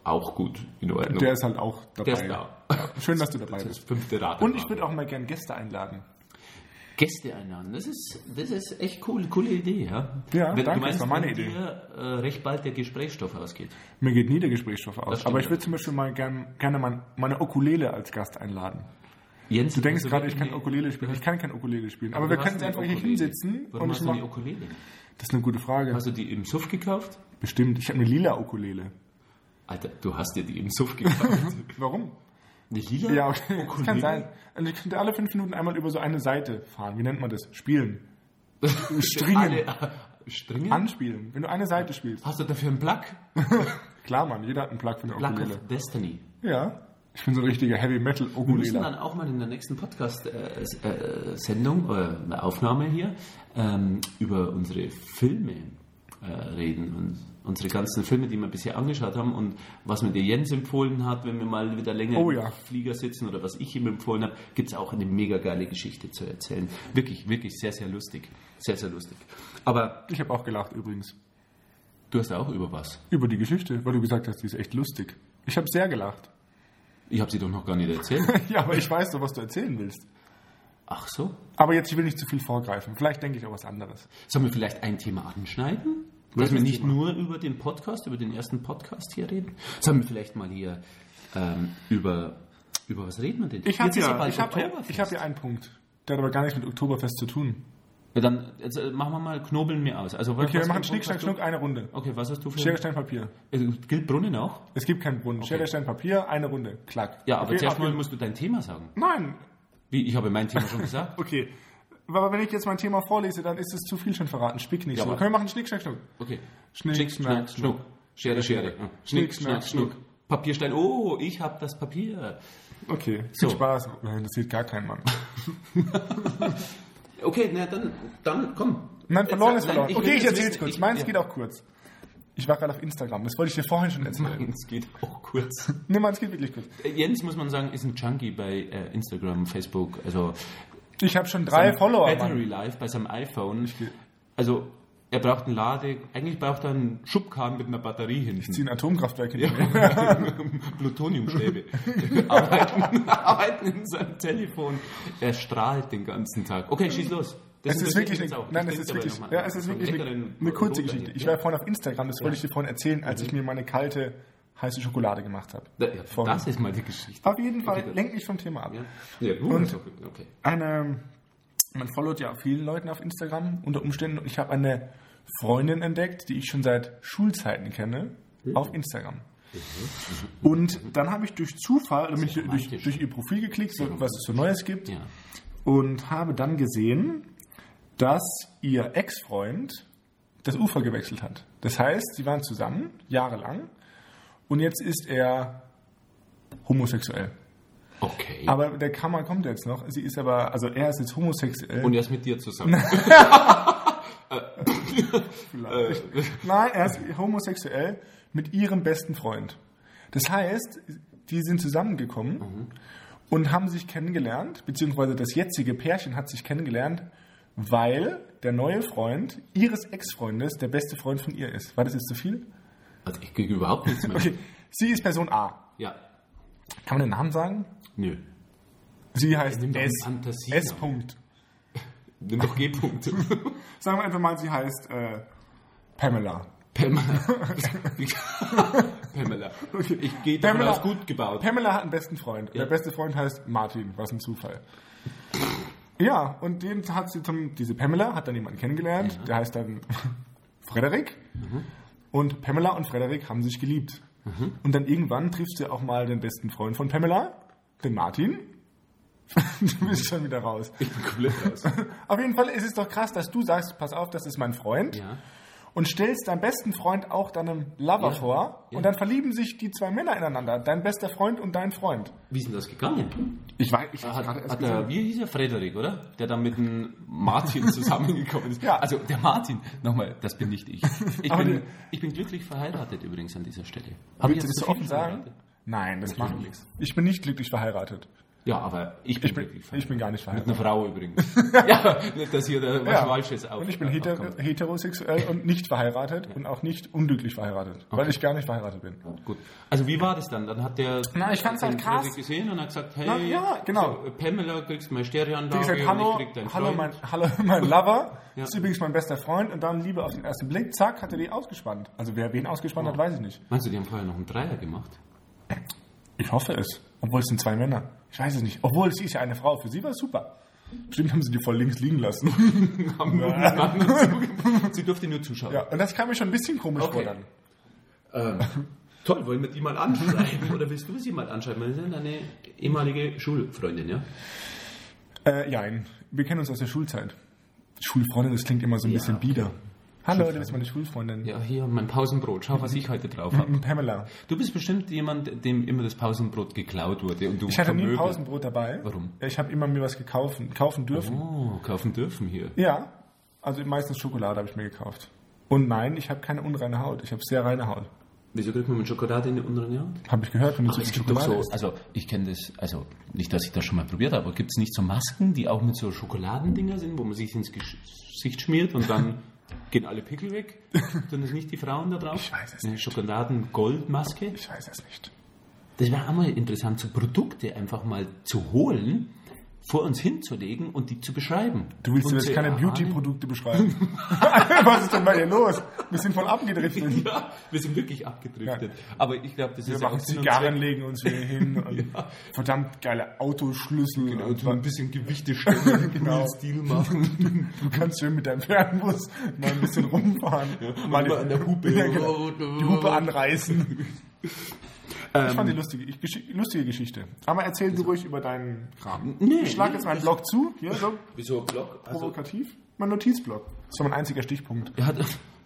B: auch gut in Ordnung.
C: der ist halt auch dabei.
B: Der ist da. [LAUGHS]
C: Ja, Schön, dass du dabei
B: Das
C: bist.
B: fünfte Rad. am
C: Und ich
B: Wagen.
C: würde auch mal gern Gäste einladen.
B: Gäste einladen. Das ist, das ist echt cool, coole Idee, ja.
C: Ja,
B: Wenn-
C: danke,
B: du meinst,
C: das war meine
B: wenn
C: Idee.
B: Dir, äh, recht bald der Gesprächsstoff ausgeht.
C: Mir geht nie der Gesprächsstoff aus.
B: stimmt.
C: Aber ich würde zum Beispiel mal gern, gerne mein, meine Ukulele als Gast einladen.
B: Jens, also
C: Du denkst gerade, ich kann Ukulele spielen. Ich kann kein Ukulele spielen. Aber wir können jetzt einfach hier hinsitzen
B: Warum
C: und
B: hast
C: ich
B: du eine
C: mach,
B: Ukulele?
C: Das ist eine gute Frage.
B: Hast du die im Suff gekauft?
C: Bestimmt. Ich habe eine lila Ukulele.
B: Alter, du hast dir die im
C: [LAUGHS]
B: Suff gekauft.
C: Warum?
B: eine lila
C: Ja, okay. Das
B: [LAUGHS] Ukulele?
C: kann sein. Also ich könnte alle fünf Minuten einmal über so eine Seite fahren. Wie nennt man das? Spielen.
B: [LAUGHS]
C: Stringen.
B: Alle, äh, Stringen?
C: Anspielen. Wenn du eine Seite spielst.
B: hast du dafür einen Plug?
C: Klar, Mann, jeder hat einen Plug für eine
B: Plug
C: Ukulele.
B: of Destiny.
C: Ja. Ich bin so ein richtiger Heavy Metal
B: Wir müssen
C: Ukulele.
B: dann auch mal in der nächsten äh, Podcast-Sendung, äh, Aufnahme hier, ähm, über unsere Filme äh, reden und unsere ganzen Filme, die wir bisher angeschaut haben und was mir der Jens empfohlen hat, wenn wir mal wieder länger
C: Oh
B: im
C: ja.
B: Flieger sitzen oder was ich ihm empfohlen habe, gibt es auch eine mega geile Geschichte zu erzählen. Wirklich, wirklich sehr, sehr lustig. Sehr, sehr lustig. Aber
C: Ich habe auch gelacht übrigens.
B: du hast auch über was.
C: Über die Geschichte, weil du gesagt hast, die ist echt lustig. Ich habe sehr gelacht.
B: Ich habe sie doch noch gar nicht erzählt.
C: [LAUGHS] Ja, aber ich weiß doch, was du erzählen willst.
B: Ach so.
C: Aber jetzt, ich will nicht zu viel vorgreifen. Vielleicht denke ich auch was anderes.
B: Sollen wir vielleicht ein Thema anschneiden? Dass
C: Welches
B: wir nicht
C: Thema?
B: nur über den Podcast, über den ersten Podcast hier reden? Sollen wir vielleicht mal hier ähm, über, über was reden wir denn?
C: Ich habe
B: Jetzt ist
C: ja,
B: bald
C: ich hab,
B: Oktoberfest.
C: ich hab ja einen Punkt. Der hat aber gar nichts mit Oktoberfest zu tun.
B: ja, Dann jetzt, äh, machen wir mal, knobeln wir aus. Also, was-
C: Okay, wir
B: was-
C: machen
B: was-
C: Schnick, Schnack,
B: was du-
C: Schnuck, eine Runde.
B: Okay, was hast du für...
C: Schere, Stein, Papier.
B: Also, gilt Brunnen auch?
C: Es gibt keinen Brunnen. Schere, Stein, Papier, eine Runde. Klack.
B: Ja, aber
C: Okay,
B: zuerst
C: ab-
B: mal musst du dein Thema sagen.
C: Nein.
B: Wie, ich habe mein Thema schon
C: [LAUGHS]
B: gesagt.
C: Okay. Aber wenn ich jetzt mein Thema vorlese, dann ist es zu viel schon verraten. Spick nicht.
B: Ja,
C: so.
B: aber-
C: Können wir machen Schnick, Schnack, Schnuck?
B: Okay.
C: Schnick, Schnack,
B: Schnuck. Schere, Schere. Ja. Schnick, Schnack, Schnuck. Papierstein. Oh, ich habe das Papier.
C: Okay.
B: So.
C: Viel Spaß. Nein, Das sieht gar kein
B: [LAUGHS]
C: Mann.
B: Okay, na dann, dann komm.
C: Nein, verloren
B: Jetzt-
C: ist verloren.
B: nein, will
C: okay, ich
B: das
C: erzähl's
B: wissen.
C: kurz.
B: Ich-
C: Meins
B: ja.
C: geht auch kurz. Ich war gerade auf Instagram. Das wollte ich dir vorhin schon erzählen.
B: Es geht auch kurz. Äh,
C: Nee, meins geht wirklich kurz.
B: Jens, muss man sagen, ist ein Junkie bei äh, Instagram, Facebook, also
C: Ich habe schon drei Äh, Follower.
B: Battery
C: Mann.
B: Life bei seinem iPhone. Also er braucht einen Lade, eigentlich braucht er einen Schubkarren mit einer Batterie hinten.
C: Die ein Atomkraftwerk hinter mir.
B: [LAUGHS]
C: [LAUGHS]
B: Plutoniumstäbe arbeiten, arbeiten in seinem Telefon. Er strahlt den ganzen Tag. Okay, schieß los. Das
C: Es ist
B: interessiert
C: wirklich
B: mich jetzt
C: eine,
B: auch.
C: nein,
B: Das
C: es ist
B: klingt
C: wirklich,
B: aber noch mal
C: ja, es ist
B: von
C: wirklich eine,
B: leckeren
C: eine kurze
B: Roter
C: Geschichte.
B: hier.
C: Ich war vorhin auf Instagram, das wollte ich dir vorhin erzählen, als ich mir meine kalte, heiße Schokolade gemacht habe.
B: Mhm. Da- ja,
C: Vorhin.
B: das ist mal die Geschichte.
C: Auf jeden Fall,
B: Okay, das-
C: lenk mich vom Thema ab.
B: Ja, ja gut.
C: Und-
B: okay.
C: Eine, man followt ja vielen Leuten auf Instagram unter Umständen und ich habe eine Freundin entdeckt, die ich schon seit Schulzeiten kenne,
B: Mhm.
C: auf Instagram. Und dann habe ich durch Zufall, oder bin ich durch,
B: romantisch.
C: durch ihr Profil geklickt, so, was es so Neues gibt.
B: Ja.
C: und habe dann gesehen, dass ihr Ex-Freund das Ufer gewechselt hat. Das heißt, sie waren zusammen, jahrelang, und jetzt ist er homosexuell.
B: Okay.
C: Aber der Kammer kommt jetzt noch. Sie ist aber, also er ist jetzt homosexuell.
B: Und er ist mit dir
C: [LAUGHS]
B: zusammen.
C: Vielleicht. Nein, er ist homosexuell mit ihrem besten Freund. Das heißt, die sind zusammengekommen und haben sich kennengelernt, beziehungsweise das jetzige Pärchen hat sich kennengelernt, weil der neue Freund ihres Ex-Freundes der beste Freund von ihr ist. War das jetzt zu viel?
B: Also ich kriege überhaupt nichts mehr.
C: Okay, sie ist Person A.
B: Ja.
C: Kann man den Namen sagen?
B: Nö.
C: Sie heißt
B: Nimm doch
C: S.
B: einen Fantasienamen.
C: S. Punkt.
B: Nimm doch G-Punkte.
C: [LAUGHS] Sagen wir einfach mal, sie heißt äh, Pamela.
B: Pamela. [LAUGHS] Pamela. Ich gehe davon
C: Pamela-
B: aus, gut gebaut.
C: Pamela hat einen besten Freund. Der beste Freund heißt Martin. Was ein Zufall. Ja, und den hat sie zum, diese Pamela hat dann jemanden kennengelernt, der heißt dann [LAUGHS] Frederik.
B: Mhm.
C: Und Pamela und Frederik haben sich geliebt. Und dann irgendwann trifft sie auch mal den besten Freund von Pamela, den Martin. [LAUGHS] du bist schon wieder raus.
B: ich bin komplett raus.
C: [LAUGHS] Auf jeden Fall ist es doch krass, dass du sagst, pass auf, das ist mein Freund.
B: Ja.
C: Und stellst deinen besten Freund auch deinem Lover vor.
B: Ja.
C: Und dann verlieben sich die zwei Männer ineinander. Dein bester Freund und dein Freund.
B: Wie ist denn das gegangen?
C: Ich weiß, ich hab's
B: Hat,
C: gerade erst
B: hat
C: gesagt.
B: der, wie hieß er? Frederik, oder? Der dann mit dem Martin zusammengekommen ist.
C: Ja.
B: Also der Martin, nochmal, das bin nicht ich.
C: [LAUGHS]
B: Ich
C: Aber
B: bin,
C: die-
B: ich bin glücklich verheiratet übrigens an dieser Stelle. Hab ich
C: Willst
B: jetzt
C: du das
B: zu
C: so
B: viel
C: offen sagen?
B: verraten?
C: Nein, das
B: Natürlich
C: macht nichts.
B: nichts.
C: Ich bin nicht glücklich verheiratet.
B: Ja, aber ich bin,
C: Ich bin,
B: glücklich
C: ich bin gar nicht
B: Mit einer
C: verheiratet.
B: Frau
C: [LAUGHS]
B: übrigens. ja, nicht, dass hier da was
C: Ja.
B: Falsches auf.
C: Und ich bin
B: aufkommt.
C: heter, heterosexuell und nicht verheiratet und auch nicht unglücklich verheiratet, weil ich gar nicht verheiratet bin.
B: Gut. Also wie war das dann? Dann hat der
C: Na, ich fand's halt
B: den Fredrik
C: krass.
B: gesehen und hat gesagt, hey,
C: Na, ja, genau.
B: so, äh, Pamela, kriegst meine Stereoanlage
C: Wie gesagt, hallo,
B: und ich krieg deinen
C: hallo,
B: Freund.
C: mein, hallo, [LAUGHS] mein Lover.
B: Ja.
C: Ist übrigens mein bester Freund und dann Liebe auf den ersten Blick. Zack, hat er die ausgespannt. Also wer wen ausgespannt hat, weiß ich nicht.
B: Meinst du, die haben vorher noch einen Dreier gemacht? [LAUGHS]
C: Ich hoffe es. Obwohl es sind zwei Männer. Ich weiß es nicht. Obwohl sie ist ja eine Frau. Für sie war es super. Bestimmt haben sie die voll links liegen lassen.
B: Haben nur miteinander Sie durfte nur zuschauen.
C: [LAUGHS] Ja, und das kam mir schon ein bisschen komisch
B: Okay.
C: vor dann.
B: Ähm, toll, wollen wir die mal anschreiben? [LAUGHS] Oder willst du sie mal anschreiben? Weil das ist deine ehemalige Schulfreundin, ja?
C: Äh, ja, wir kennen uns aus der Schulzeit. Schulfreundin, das klingt immer so ein
B: Ja,
C: bisschen
B: okay.
C: bieder. Hallo, du bist meine Schulfreundin.
B: Ja, hier mein Pausenbrot. Schau, was ich heute drauf habe.
C: Und Hm, Pamela.
B: Du bist bestimmt jemand, dem immer das Pausenbrot geklaut wurde und du
C: Ich hatte nie ein
B: vermöbelt.
C: Pausenbrot dabei.
B: Warum?
C: Ja, Ich habe immer mir was gekauft, kaufen dürfen.
B: Oh, kaufen dürfen hier.
C: Ja, also meistens Schokolade habe ich mir gekauft. Und nein, ich habe keine unreine Haut. Ich habe sehr reine Haut.
B: Wieso kriegt man mit Schokolade in die unteren Haut?
C: Habe ich gehört, wenn du zu
B: Es
C: viel
B: gibt doch
C: Schokolade
B: so,
C: isst.
B: also ich kenne das, also nicht, dass ich das schon mal probiert habe, aber gibt es nicht so Masken, die auch mit so Schokoladendinger sind, wo man sich ins Gesicht schmiert und
C: [LAUGHS]
B: dann gehen alle Pickel weg? Dann ist nicht die Frauen da drauf?
C: Ich weiß es
B: Eine
C: nicht.
B: Schokoladen-Goldmaske?
C: Ich weiß es nicht.
B: Das wäre auch mal interessant, so Produkte einfach mal zu holen, vor uns hinzulegen und die zu beschreiben.
C: Du willst
B: Und
C: dir jetzt
B: zu
C: keine
B: erahnen-
C: Beauty-Produkte beschreiben. [LAUGHS] was ist denn bei dir los? Wir sind voll
B: [LAUGHS]
C: abgedriftet.
B: Ja, wir sind wirklich abgedriftet.
C: Ja.
B: Aber ich glaube, das
C: Wir
B: ist ja
C: machen
B: Sinn und
C: Zigarren,
B: Zweck.
C: legen uns
B: [LAUGHS]
C: wieder hin. Und Verdammt geile Autoschlüssel.
B: Genau,
C: und
B: so ein bisschen Gewichte stellen,
C: Genau.
B: genau. Stil machen.
C: [LAUGHS] Du kannst schön mit deinem Fernbus mal ein bisschen rumfahren. mal
B: immer
C: die-
B: an der Hupe.
C: [LAUGHS]
B: Oh,
C: Ja, genau. Die
B: [LAUGHS]
C: Hupe anreißen. ich
B: Ähm.
C: fand die lustige, ich, gesch- lustige Geschichte. Aber erzähl du ruhig über deinen [LAUGHS] Kram.
B: Nee,
C: ich schlag
B: nee,
C: jetzt meinen Blog zu, hier so
B: Wieso Blog? Also,
C: provokativ. Mein Notizblock. Das ist doch mein einziger Stichpunkt.
B: er hat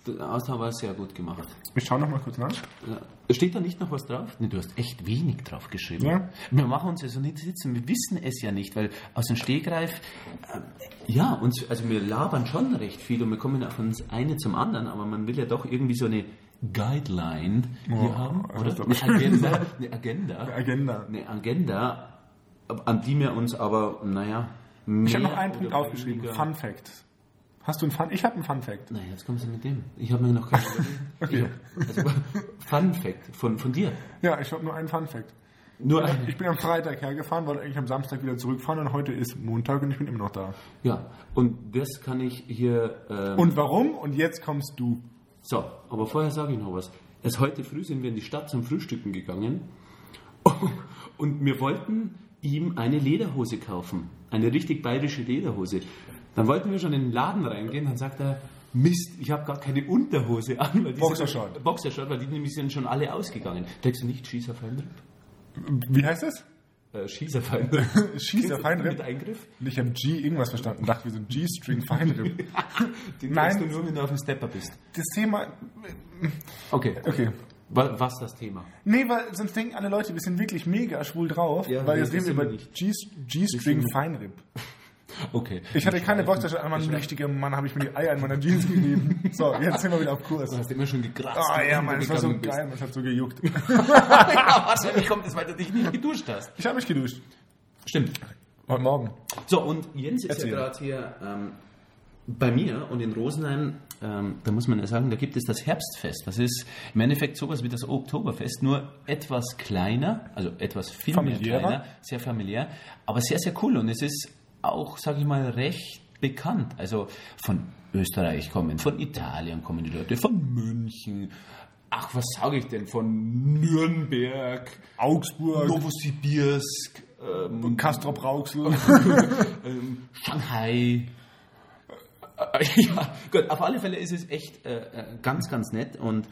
B: den Austausch war sehr gut gemacht.
C: Ich schau noch mal kurz nach.
B: Ja. Steht da nicht noch was drauf? Nee, du hast echt wenig drauf geschrieben.
C: Ja.
B: Wir machen uns ja so nicht sitzen, wir wissen es ja nicht, weil aus dem Stegreif, äh, ja, uns, also wir labern schon recht viel und wir kommen ja von uns eine zum anderen, aber man will ja doch irgendwie so eine Guideline
C: Oh,
B: hier haben,
C: das
B: oder?
C: ist doch
B: Eine
C: [LAUGHS]
B: Agenda, eine Agenda,
C: Agenda.
B: eine Agenda, an die wir uns aber, naja,
C: Ich
B: mehr
C: habe noch einen Punkt
B: oder
C: aufgeschrieben.
B: weniger-
C: Fun Fact. Hast du einen Fun? Ich habe einen Fun Fact.
B: Nein, jetzt kommen Sie mit dem. Ich habe mir noch keine überlegt.
C: [LAUGHS] Okay.
B: Ich hab- also, Fun Fact von, von dir.
C: Ja, ich habe nur einen Fun Fact.
B: Nur ein.
C: Ich bin am Freitag hergefahren, wollte eigentlich am Samstag wieder zurückfahren und heute ist Montag und ich bin immer noch da.
B: Ja, und das kann ich hier. ähm,
C: Und warum? Und jetzt kommst du.
B: so, aber vorher sage ich noch was. Erst heute früh sind wir in die Stadt zum Frühstücken gegangen [LAUGHS] und wir wollten ihm eine Lederhose kaufen. Eine richtig bayerische Lederhose. Dann wollten wir schon in den Laden reingehen, dann sagt er. Mist, ich habe gar keine Unterhose an. Weil die
C: Boxershort.
B: Sind, Boxershort, weil die nämlich sind schon alle ausgegangen. Denkst du nicht, Schießer Feindrip?
C: Wie heißt das?
B: Äh, Schießer Feindrip.
C: [LAUGHS] Schießer
B: Mit
C: Feinripp. [LAUGHS]
B: Eingriff?
C: Und Ich habe G irgendwas verstanden. Dachte, wir sind G-String Feinripp.
B: Den
C: Nein.
B: kriegst du nur, wenn du auf dem Stepper bist.
C: Das Thema.
B: Okay.
C: Okay.
B: Wa- Was ist das Thema?
C: Nee, weil sonst denken alle Leute, wir sind wirklich mega schwul drauf,
B: Ja,
C: weil
B: nee, das
C: jetzt reden wir
B: sind
C: über
B: wir nicht.
C: G- G-String Feinripp.
B: Okay.
C: Ich hatte keine Boxtasche, aber ein richtiger Mann habe ich mir die Eier in meiner Jeans gegeben. So, jetzt sind wir wieder auf Kurs.
B: Du hast immer schon gekratzt.
C: Ah
B: wenn
C: ja,
B: du
C: Mann, das war so
B: gegangen bist.
C: geil, man, es hat so gejuckt.
B: ja, [LAUGHS] wahrscheinlich kommt es, weil du dich nicht geduscht hast.
C: Ich habe mich geduscht.
B: Stimmt.
C: Heute Morgen.
B: So, und Jens ist
C: Erzähl.
B: ja gerade hier ähm, bei mir und in Rosenheim, ähm, da muss man ja sagen, da gibt es das Herbstfest. Das ist im Endeffekt sowas wie das Oktoberfest, nur etwas kleiner, also etwas viel mehr
C: Familiärer.
B: kleiner, sehr familiär, aber sehr, sehr cool. Und es ist auch, sage ich mal, recht bekannt. Also von Österreich kommen, von Italien kommen die Leute, von München. Ach, was sage ich denn? Von Nürnberg,
C: Augsburg,
B: Novosibirsk, ähm,
C: Castrop Rauxel.
B: ähm, Shanghai. Äh, [LAUGHS] Ja, gut, auf alle Fälle ist es echt äh, äh, ganz, ganz nett. Und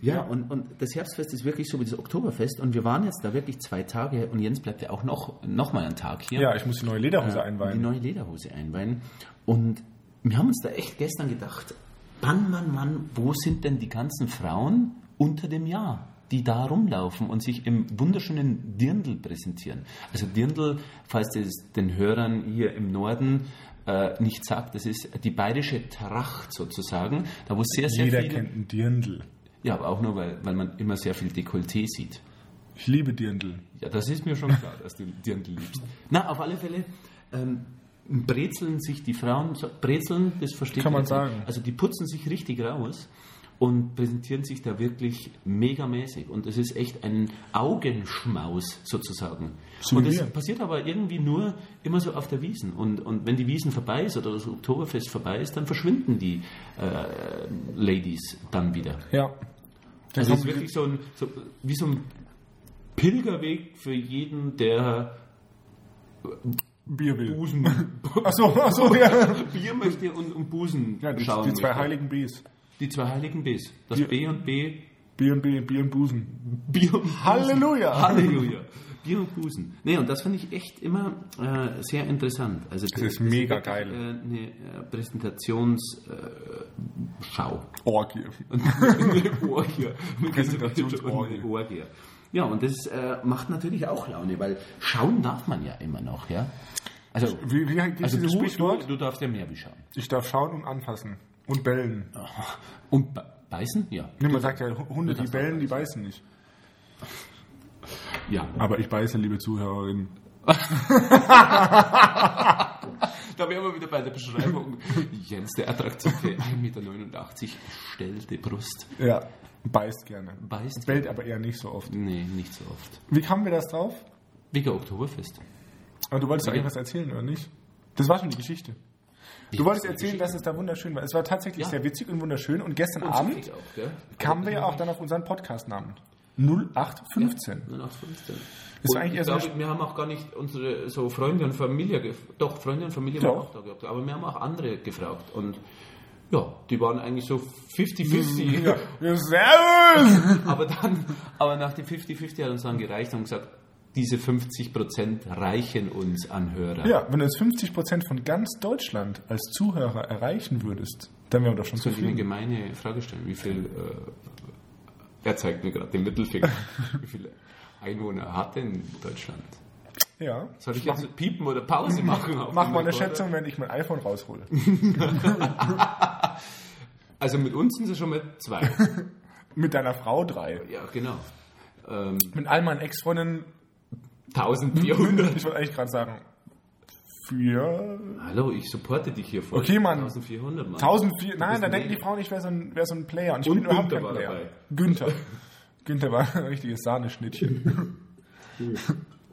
B: ja, und, und das Herbstfest ist wirklich so wie das Oktoberfest. Und wir waren jetzt da wirklich zwei Tage und Jens bleibt ja auch noch, noch mal einen Tag hier.
C: Ja, ich muss die neue Lederhose
B: Die
C: einweihen.
B: neue Lederhose einweihen. Und wir haben uns da echt gestern gedacht, Mann, Mann, Mann, wo sind denn die ganzen Frauen unter dem Jahr, die da rumlaufen und sich im wunderschönen Dirndl präsentieren? Also Dirndl, falls es den Hörern hier im Norden äh, nicht sagt, das ist die bayerische Tracht sozusagen, da wo sehr, sehr
C: Jeder
B: viele...
C: kennt einen Dirndl.
B: Ja, aber auch nur, weil, weil man immer sehr viel Dekolleté sieht.
C: Ich liebe Dirndl.
B: Ja, das ist mir schon klar, dass du Dirndl liebst. Na, auf alle Fälle ähm, brezeln sich die Frauen, so- brezeln, das versteht
C: Kann man
B: jetzt nicht.
C: sagen.
B: Also die putzen sich richtig raus und präsentieren sich da wirklich megamäßig. Und es ist echt ein Augenschmaus sozusagen.
C: So
B: und
C: wie
B: das
C: wir.
B: passiert aber irgendwie nur immer so auf der Wiesen. Und, und wenn die Wiesen vorbei ist oder das Oktoberfest vorbei ist, dann verschwinden die äh, Ladies dann wieder.
C: Ja. Dann
B: Also es ist
C: kommt-
B: wirklich so ein, so, wie so ein Pilgerweg für jeden, der
C: Bier will.
B: Busen, [LAUGHS]
C: Achso, achso, ja.
B: Bier möchte und, und Busen
C: ja die,
B: schauen
C: die zwei
B: möchte.
C: heiligen Bs.
B: die zwei heiligen Bs. Das
C: Bier-
B: B und B.
C: Bier und B, Bier und Busen.
B: Bier und Busen.
C: Halleluja.
B: Halleluja. Bier und Busen. Nee, und das finde ich echt immer äh, sehr interessant. Also das,
C: ist mega
B: wirklich,
C: geil.
B: Äh, eine äh, Präsentationsschau. Äh, Schau.
C: Orgie.
B: eine Orgie.
C: Präsentationsorgie.
B: Eine Orgie. Ja, und das äh, macht natürlich auch Laune, weil schauen darf man ja immer noch, ja? Also,
C: Wie, wie heißt
B: also
C: dieses
B: du, du,
C: Sprichwort?
B: du darfst ja mehr wie schauen.
C: Ich darf schauen und anfassen. Und bellen.
B: Und be- beißen? Ja.
C: Nee, man sagt ja, Hunde, die bellen, die beißen nicht.
B: Ja.
C: Aber ich beiße, liebe Zuhörerinnen.
B: Da wären wir wieder bei der Beschreibung. [LAUGHS] Jens, der attraktive [LAUGHS] 1,89 Meter gestellte Brust.
C: Ja. Beißt gerne.
B: Beißt?
C: Bellt aber eher nicht so oft.
B: Nee, nicht so oft.
C: Wie kamen wir das drauf?
B: Wegen Oktoberfest.
C: Aber du wolltest doch irgendwas erzählen, oder nicht? Das war schon die Geschichte. Du wolltest erzählen, dass es da wunderschön war. Es war tatsächlich
B: Ja.
C: sehr witzig und wunderschön. Und gestern Abend
B: Auch, gell?
C: kamen wir ja auch dann auf unseren Podcastnamen. 0815.
B: Nur nach 15.
C: Ist
B: Und
C: eigentlich
B: ich
C: erst
B: glaube,
C: eine
B: wir haben auch gar nicht unsere so Freunde und Familie, gef- doch Freunde und Familie
C: Doch.
B: waren auch da gehabt, aber wir haben auch andere gefragt und ja, die waren eigentlich so 50-50.
C: Mhm. Ja. Ja, Servus!
B: [LAUGHS] aber dann, aber nach dem 50-50 hat uns dann gereicht und gesagt, diese 50% reichen uns an Hörer.
C: Ja, wenn du jetzt 50% von ganz Deutschland als Zuhörer erreichen würdest, dann wären wir doch schon
B: Soll ich mir eine
C: zufrieden.
B: gemeine Frage stellen? Wie viel, äh, er zeigt mir gerade den
C: [LAUGHS]
B: Mittelfinger, wie viele Einwohner hat denn Deutschland?
C: Ja.
B: Soll ich jetzt piepen oder
C: [LAUGHS]
B: Pause machen? auf
C: Mach
B: dem
C: mal eine
B: Rekorder?
C: Schätzung, wenn ich Oh mein iPhone raushole.
B: Also mit uns sind sie schon mal zwei. [LAUGHS]
C: Mit deiner Frau drei.
B: ja, genau. Ähm,
C: Mit all meinen [LAUGHS] Ex-Freundinnen,
B: 1400.
C: ich wollte eigentlich gerade sagen, vier.
B: [LAUGHS] Hallo, ich supporte dich hier voll.
C: Okay, Mann.
B: 1400, Mann.
C: 1004. Nein,
B: bist
C: da
B: ein
C: denken die
B: Genie.
C: Frauen, ich wäre so, ein- wär so ein Player. Und ich
B: Und
C: bin überhaupt
B: Günther
C: kein
B: war
C: Player.
B: dabei.
C: Günther. Günther war ein richtiges Sahneschnittchen. [LAUGHS]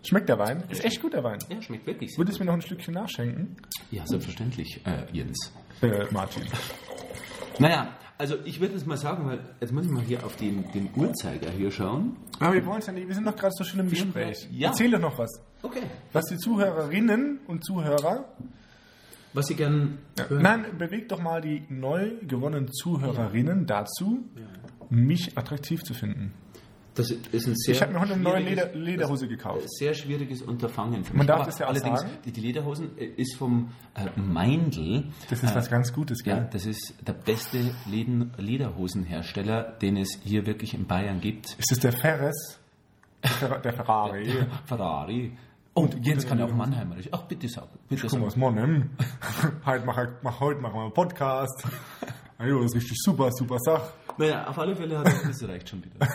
C: Schmeckt der Wein? Ist echt gut, der Wein.
B: Ja, schmeckt wirklich sehr.
C: Würdest du mir noch ein Stückchen nachschenken?
B: Ja, selbstverständlich, äh, Jens.
C: Äh, Martin.
B: Naja, also ich würde jetzt mal sagen, weil jetzt muss ich mal hier auf den, den Uhrzeiger hier schauen.
C: Aber wir wollen es ja nicht. Wir sind noch gerade so schön im Gespräch.
B: Ja.
C: Erzähl doch noch was.
B: Okay.
C: Was die Zuhörerinnen und Zuhörer.
B: Was ich gern hören
C: Nein, bewegt doch mal die neu gewonnenen Zuhörerinnen dazu, mich attraktiv zu finden.
B: Das ist ein sehr
C: Ich habe mir heute eine neue
B: schwieriges- äh,
C: Leder, Lederhose gekauft.
B: sehr schwieriges Unterfangen für mich.
C: Man darf
B: Aber
C: das ja auch
B: allerdings,
C: sagen.
B: die- die Lederhosen äh, ist vom äh, Meindl. äh,
C: Das ist was ganz Gutes,
B: Ja,
C: gell?
B: das ist der beste Leden Lederhosenhersteller, den es hier wirklich in Bayern gibt.
C: Ist das der Ferris? Der Fer-
B: [LAUGHS]
C: Der Ferrari?
B: Ferrari. Oh, Und jetzt kann ich auch Mannheimerisch. Ach, bitte sag. Bitte
C: Komm
B: sag.
C: aus Monnem. [LAUGHS] heute, mach, mach, heute machen wir
B: [LAUGHS]
C: einen Podcast. Ah, jo, das ist richtig super, super Sache.
B: Naja, auf alle Fälle hat [LAUGHS] er, das reicht schon wieder.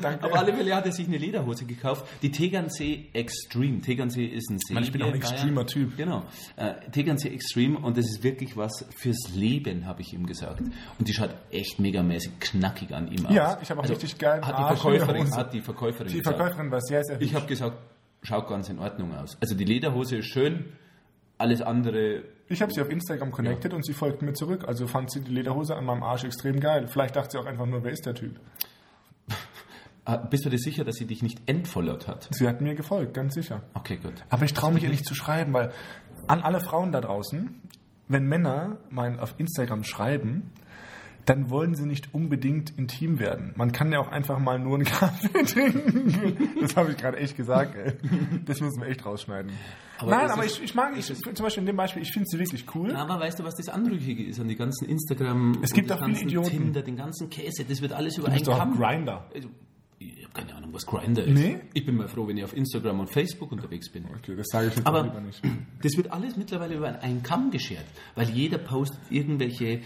C: Danke.
B: Auf alle Fälle hat er sich eine Lederhose gekauft. Die Tegernsee Extreme. Tegernsee ist ein See.
C: Mann, ich bin
B: hier
C: auch ein
B: in Bayern.
C: extremer Typ.
B: Genau. Äh, Tegernsee Extreme und das ist wirklich was fürs Leben, habe ich ihm gesagt. Und die schaut echt megamäßig knackig an ihm aus. Also,
C: Ja, ich habe auch richtig geilen
B: hat die
C: Arsch in der
B: Verkäuferin,
C: Hose.
B: hat die Verkäuferin
C: Die
B: gesagt.
C: Verkäuferin war sehr, sehr
B: Ich habe gesagt, schaut ganz in Ordnung aus. Also die Lederhose ist schön, alles andere
C: Ich habe sie auf Instagram connected und sie folgt mir zurück. Also fand sie die Lederhose an meinem Arsch extrem geil. Vielleicht dachte sie auch einfach nur, wer ist der Typ?
B: Ah, Bist du dir sicher, dass sie dich nicht entfollowt hat?
C: Sie hat mir gefolgt, ganz sicher.
B: Okay, gut.
C: Aber ich traue mich ihr nicht zu schreiben, weil an alle Frauen da draußen, wenn Männer mal auf Instagram schreiben, dann wollen sie nicht unbedingt intim werden. Man kann ja auch einfach mal nur einen [LAUGHS] Kaffee trinken. Das habe ich gerade echt gesagt. Ey. Das müssen wir echt rausschneiden. Nein,
B: ist
C: aber
B: es-
C: ich, ich mag, ich, zum Beispiel in dem Beispiel, ich finde sie wirklich cool.
B: Aber weißt du, was das Anrüchige ist an die ganzen Instagram,
C: Es gibt
B: und
C: auch
B: den
C: viele
B: ganzen
C: Idioten.
B: Tinder, den ganzen Käse, das wird alles über
C: Du
B: einen
C: bist doch
B: Kamm.
C: auf Grinder.
B: Also, ich habe keine Ahnung, was Grindr ist.
C: Nee?
B: Ich bin mal froh, wenn ich auf Instagram und Facebook unterwegs bin.
C: Okay, das sage ich jetzt
B: Aber
C: auch lieber nicht.
B: das wird alles mittlerweile über einen Kamm geschert, weil jeder postet irgendwelche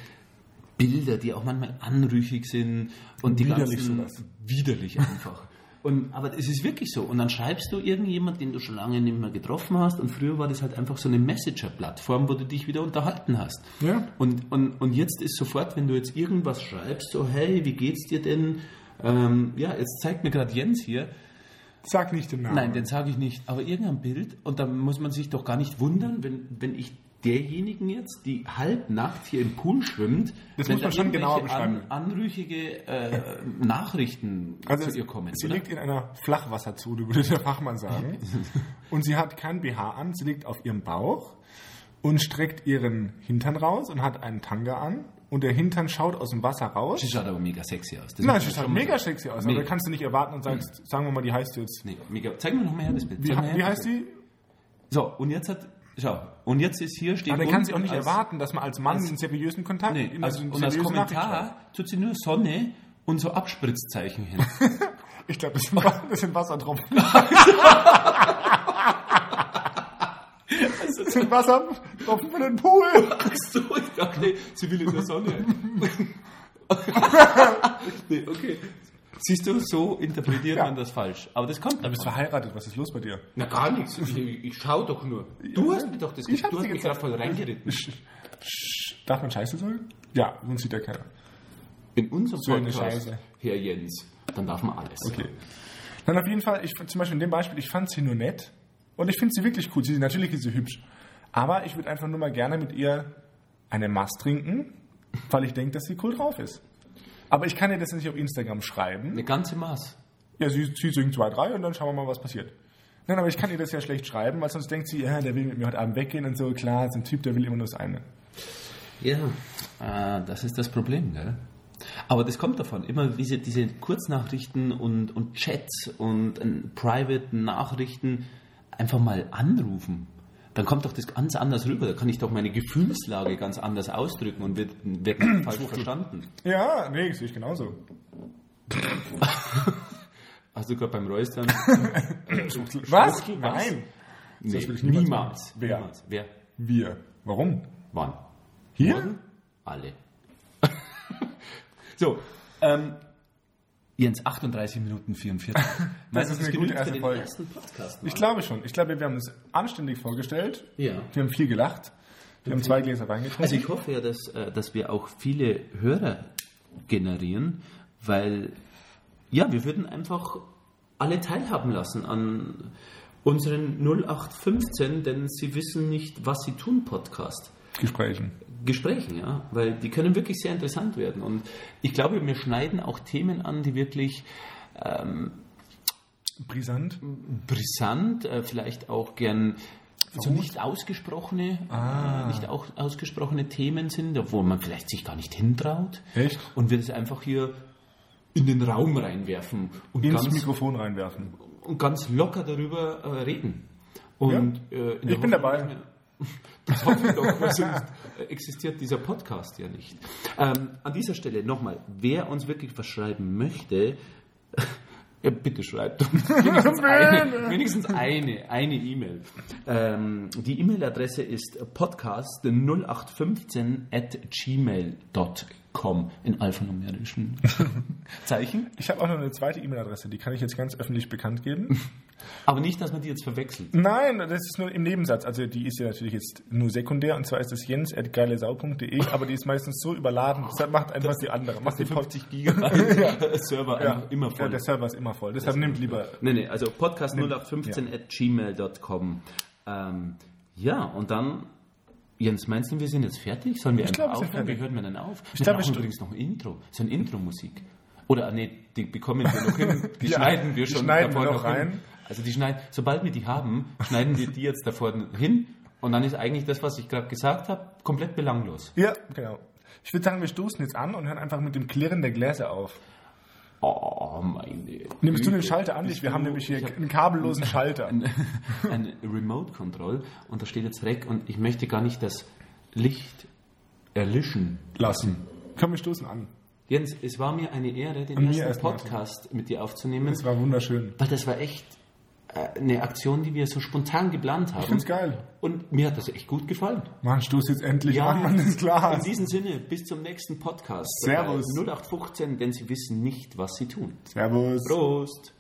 B: Bilder, die auch manchmal anrüchig sind und die
C: Widerlich
B: ganzen
C: sowas.
B: widerlich einfach. Und, aber es ist wirklich so. Und dann schreibst du irgendjemand, den du schon lange nicht mehr getroffen hast. Und früher war das halt einfach so eine Messenger-Plattform, wo du dich wieder unterhalten hast.
C: Ja.
B: Und, und, und jetzt ist sofort, wenn du jetzt irgendwas schreibst, so, hey, wie geht's dir denn? Ähm, ja, jetzt zeigt mir gerade Jens hier,
C: Sag nicht den Namen.
B: Nein, den sage ich nicht. Aber irgendein Bild, und da muss man sich doch gar nicht wundern, wenn, wenn ich derjenigen jetzt, die halbnackt hier im Pool schwimmt,
C: Das
B: wenn
C: muss man
B: da
C: schon genauer
B: irgendwelche
C: beschreiben.
B: An, anrüchige äh, Nachrichten
C: Also
B: zu ihr kommen.
C: sie
B: oder? Mhm.
C: liegt in einer Flachwasserzone, würde der Fachmann sagen. und sie hat kein BH an, sie liegt auf ihrem Bauch und streckt ihren Hintern raus und hat einen Tanga an und der Hintern schaut aus dem Wasser raus.
B: Sie schaut aber mega sexy aus. Das
C: Nein,
B: muss
C: sie
B: man schon
C: schaut
B: mal
C: mega
B: sagen.
C: sexy aus,
B: Mega.
C: aber kannst du nicht erwarten und sagst, sagen wir mal, die heißt jetzt.
B: Mega, mega. Zeig mir nochmal her das Bild.
C: Wie,
B: Zeig mir her
C: wie
B: das
C: heißt
B: Bild.
C: sie?
B: So, und jetzt hat, schau, und jetzt ist hier, steht
C: Aber dann kann sie auch
B: unten
C: nicht
B: als-
C: erwarten, dass man als Mann
B: als-
C: einen seriösen Kontakt
B: Nee,
C: in
B: als,
C: so eine
B: und als
C: seriöse Nachricht schreibt.
B: Kommentar tut sie nur Sonne und so
A: [LAUGHS]
B: Abspritzzeichen hin.
C: Ich glaube,
B: [LAUGHS]
C: das sind Wa- [LAUGHS] das sind Wassertropfen. Das sind Wassertropfen von den Pool.
B: So, ich dachte, sie will in der
A: [LAUGHS]
B: Sonne. nee, okay. Siehst du, so interpretiert
C: Ja.
B: man das falsch. Aber das kommt
C: Du bist
B: davon.
C: verheiratet, was ist los bei dir?
A: Na gar nichts. Ich, ich schau doch nur. Du hast mir doch das
C: Ich
A: gesagt.
C: hab's
A: Du hast
C: dir
A: mich gerade
C: gesagt.
A: voll reingeritten.
C: Darf man Scheiße sagen? Ja, sonst sieht ja keiner.
A: In unserem
C: So eine
A: Podcast,
C: Scheiße.
A: Herr Jens, dann darf man alles.
C: Okay. Dann auf jeden Fall, ich, zum Beispiel in dem Beispiel, ich fand sie nur nett und ich finde sie wirklich cool. Sie, natürlich ist sie hübsch. Aber ich würde einfach nur mal gerne mit ihr eine Maß trinken, weil ich denke, dass sie cool drauf ist. Aber ich kann ihr das nicht auf Instagram schreiben.
B: Eine ganze Maß.
C: Ja, sie, sie singt zwei, drei und dann schauen wir mal, was passiert. Nein, aber ich kann ihr das ja schlecht schreiben, weil sonst denkt sie, ja, der will mit mir heute Abend weggehen und so. Klar, ist ein Typ, der will immer nur das eine.
B: Ja. Äh, das ist das Problem, gell? Aber das kommt davon. Immer diese, diese Kurznachrichten und, und Chats und äh, private Nachrichten einfach mal anrufen. Dann kommt doch das ganz anders rüber. Da kann ich doch meine Gefühlslage ganz anders ausdrücken und wird, wird [COUGHS] falsch verstanden.
C: Ja, nee, sehe ich genauso.
B: Hast du gerade beim [COUGHS] Räuspern?
C: Was? Nein.
B: Nee,
C: will ich niemals
B: niemals.
C: machen. Wer?
B: Niemals. Wer?
C: Wir. Warum?
B: Wann?
C: Hier?
B: Alle. [LAUGHS] so, ähm, Jens, 38 Minuten 44. [LAUGHS] Meinst du,
C: ist eine gute
B: genügt für
C: erste
B: den
C: Folge.
B: ersten Podcast.
C: Ich glaube schon. Ich glaube, wir haben es anständig vorgestellt.
B: Ja.
C: Wir haben viel gelacht. Wir haben zwei Gläser Wein getrunken.
B: Also ich hoffe ja, dass, äh, dass wir auch viele Hörer generieren, weil ja, wir würden einfach alle teilhaben lassen an unseren 0815, denn sie wissen nicht, was sie tun Podcast.
C: Gesprächen.
B: Gesprächen, ja, weil die können wirklich sehr interessant werden. Und ich glaube, wir schneiden auch Themen an, die wirklich
C: Brisant.
B: brisant, äh, vielleicht auch gern so nicht ausgesprochene,
C: Ah.
B: äh, nicht auch ausgesprochene Themen sind, obwohl man vielleicht sich gar nicht hintraut.
C: Echt?
B: Und wir das einfach hier in den Raum reinwerfen und,
C: Ins
B: ganz,
C: Mikrofon reinwerfen.
B: und ganz locker darüber äh, reden. Und, äh, in der
C: Ich
B: Hoffnung,
C: bin dabei.
B: dass wir- [LAUGHS] Das hoffe ich doch, [LAUGHS] weil sonst existiert dieser Podcast ja nicht. Ähm, an dieser Stelle nochmal, wer uns wirklich verschreiben möchte, [LAUGHS] ja, bitte schreibt
C: [LAUGHS]
B: uns wenigstens eine, wenigstens eine, eine E-Mail. Ähm, die E-Mail-Adresse ist podcast0815 at gmail.com in alphanumerischen [LAUGHS] Zeichen.
C: Ich habe auch noch eine zweite E-Mail-Adresse, die kann ich jetzt ganz öffentlich bekannt geben.
B: Aber nicht, dass man die jetzt verwechselt.
C: [LAUGHS] Nein, das ist nur im Nebensatz. Also die ist ja natürlich jetzt nur sekundär und zwar ist es jens.geilesau.de, aber die ist meistens so überladen. Deshalb macht einfach die andere. Macht die Pod-
B: 50
C: [LAUGHS]
B: Gigabyte [LAUGHS] Server
C: ja.
B: einfach immer voll.
C: Ja, der Server ist immer voll. Deshalb nimmt lieber.
B: Nee, nee, also podcast 0815 at gmail.com. Ähm, ja, und dann, Jens, meinst du, wir sind jetzt fertig? Sollen wir
C: glaub,
B: einfach
C: wir sind
B: aufhören? Wie
C: fertig.
B: hört man denn auf? Wir
C: glaub, wir
B: brauchen
C: stu-
B: übrigens noch ein Intro. So ein Intro-Musik. Oder, ah, nee, die bekommen wir noch
C: [LAUGHS]
B: hin. Die
C: Ja,
B: schneiden wir
C: die
B: schon
C: schneiden wir
B: davor
C: noch
B: hin.
C: rein.
B: Also die schneiden, sobald wir die haben, schneiden wir die jetzt davor hin. Und dann ist eigentlich das, was ich gerade gesagt habe, komplett belanglos.
C: Ja, genau. Ich würde sagen, wir stoßen jetzt an und hören einfach mit dem Klirren der Gläser auf.
B: Oh, meine
C: Nimmst du den
B: Güte.
C: Schalter an dich? Wir haben
B: du-
C: nämlich
B: Äh, ich
C: hier
B: hab- [LAUGHS]
C: einen kabellosen Schalter.
B: ein Remote Control und da steht jetzt Rec und ich möchte gar nicht das Licht erlischen.
C: Lassen. Komm, wir stoßen an.
B: Jens, es war mir eine Ehre, den
C: Und mir
B: ersten
C: erst mal.
B: Podcast mit dir aufzunehmen,
C: Es war wunderschön.
B: weil das war echt äh, eine Aktion, die wir so spontan geplant
C: Ich
B: haben.
C: find's geil.
B: Und mir hat das echt gut gefallen.
C: Mann, stoß jetzt endlich an, Mann, ist klar.
B: In diesem Sinne, bis zum nächsten Podcast.
C: Ah.
B: Äh,
C: Servus.
B: Bei 0815, denn sie wissen nicht, was sie tun.
C: Servus.
B: Prost.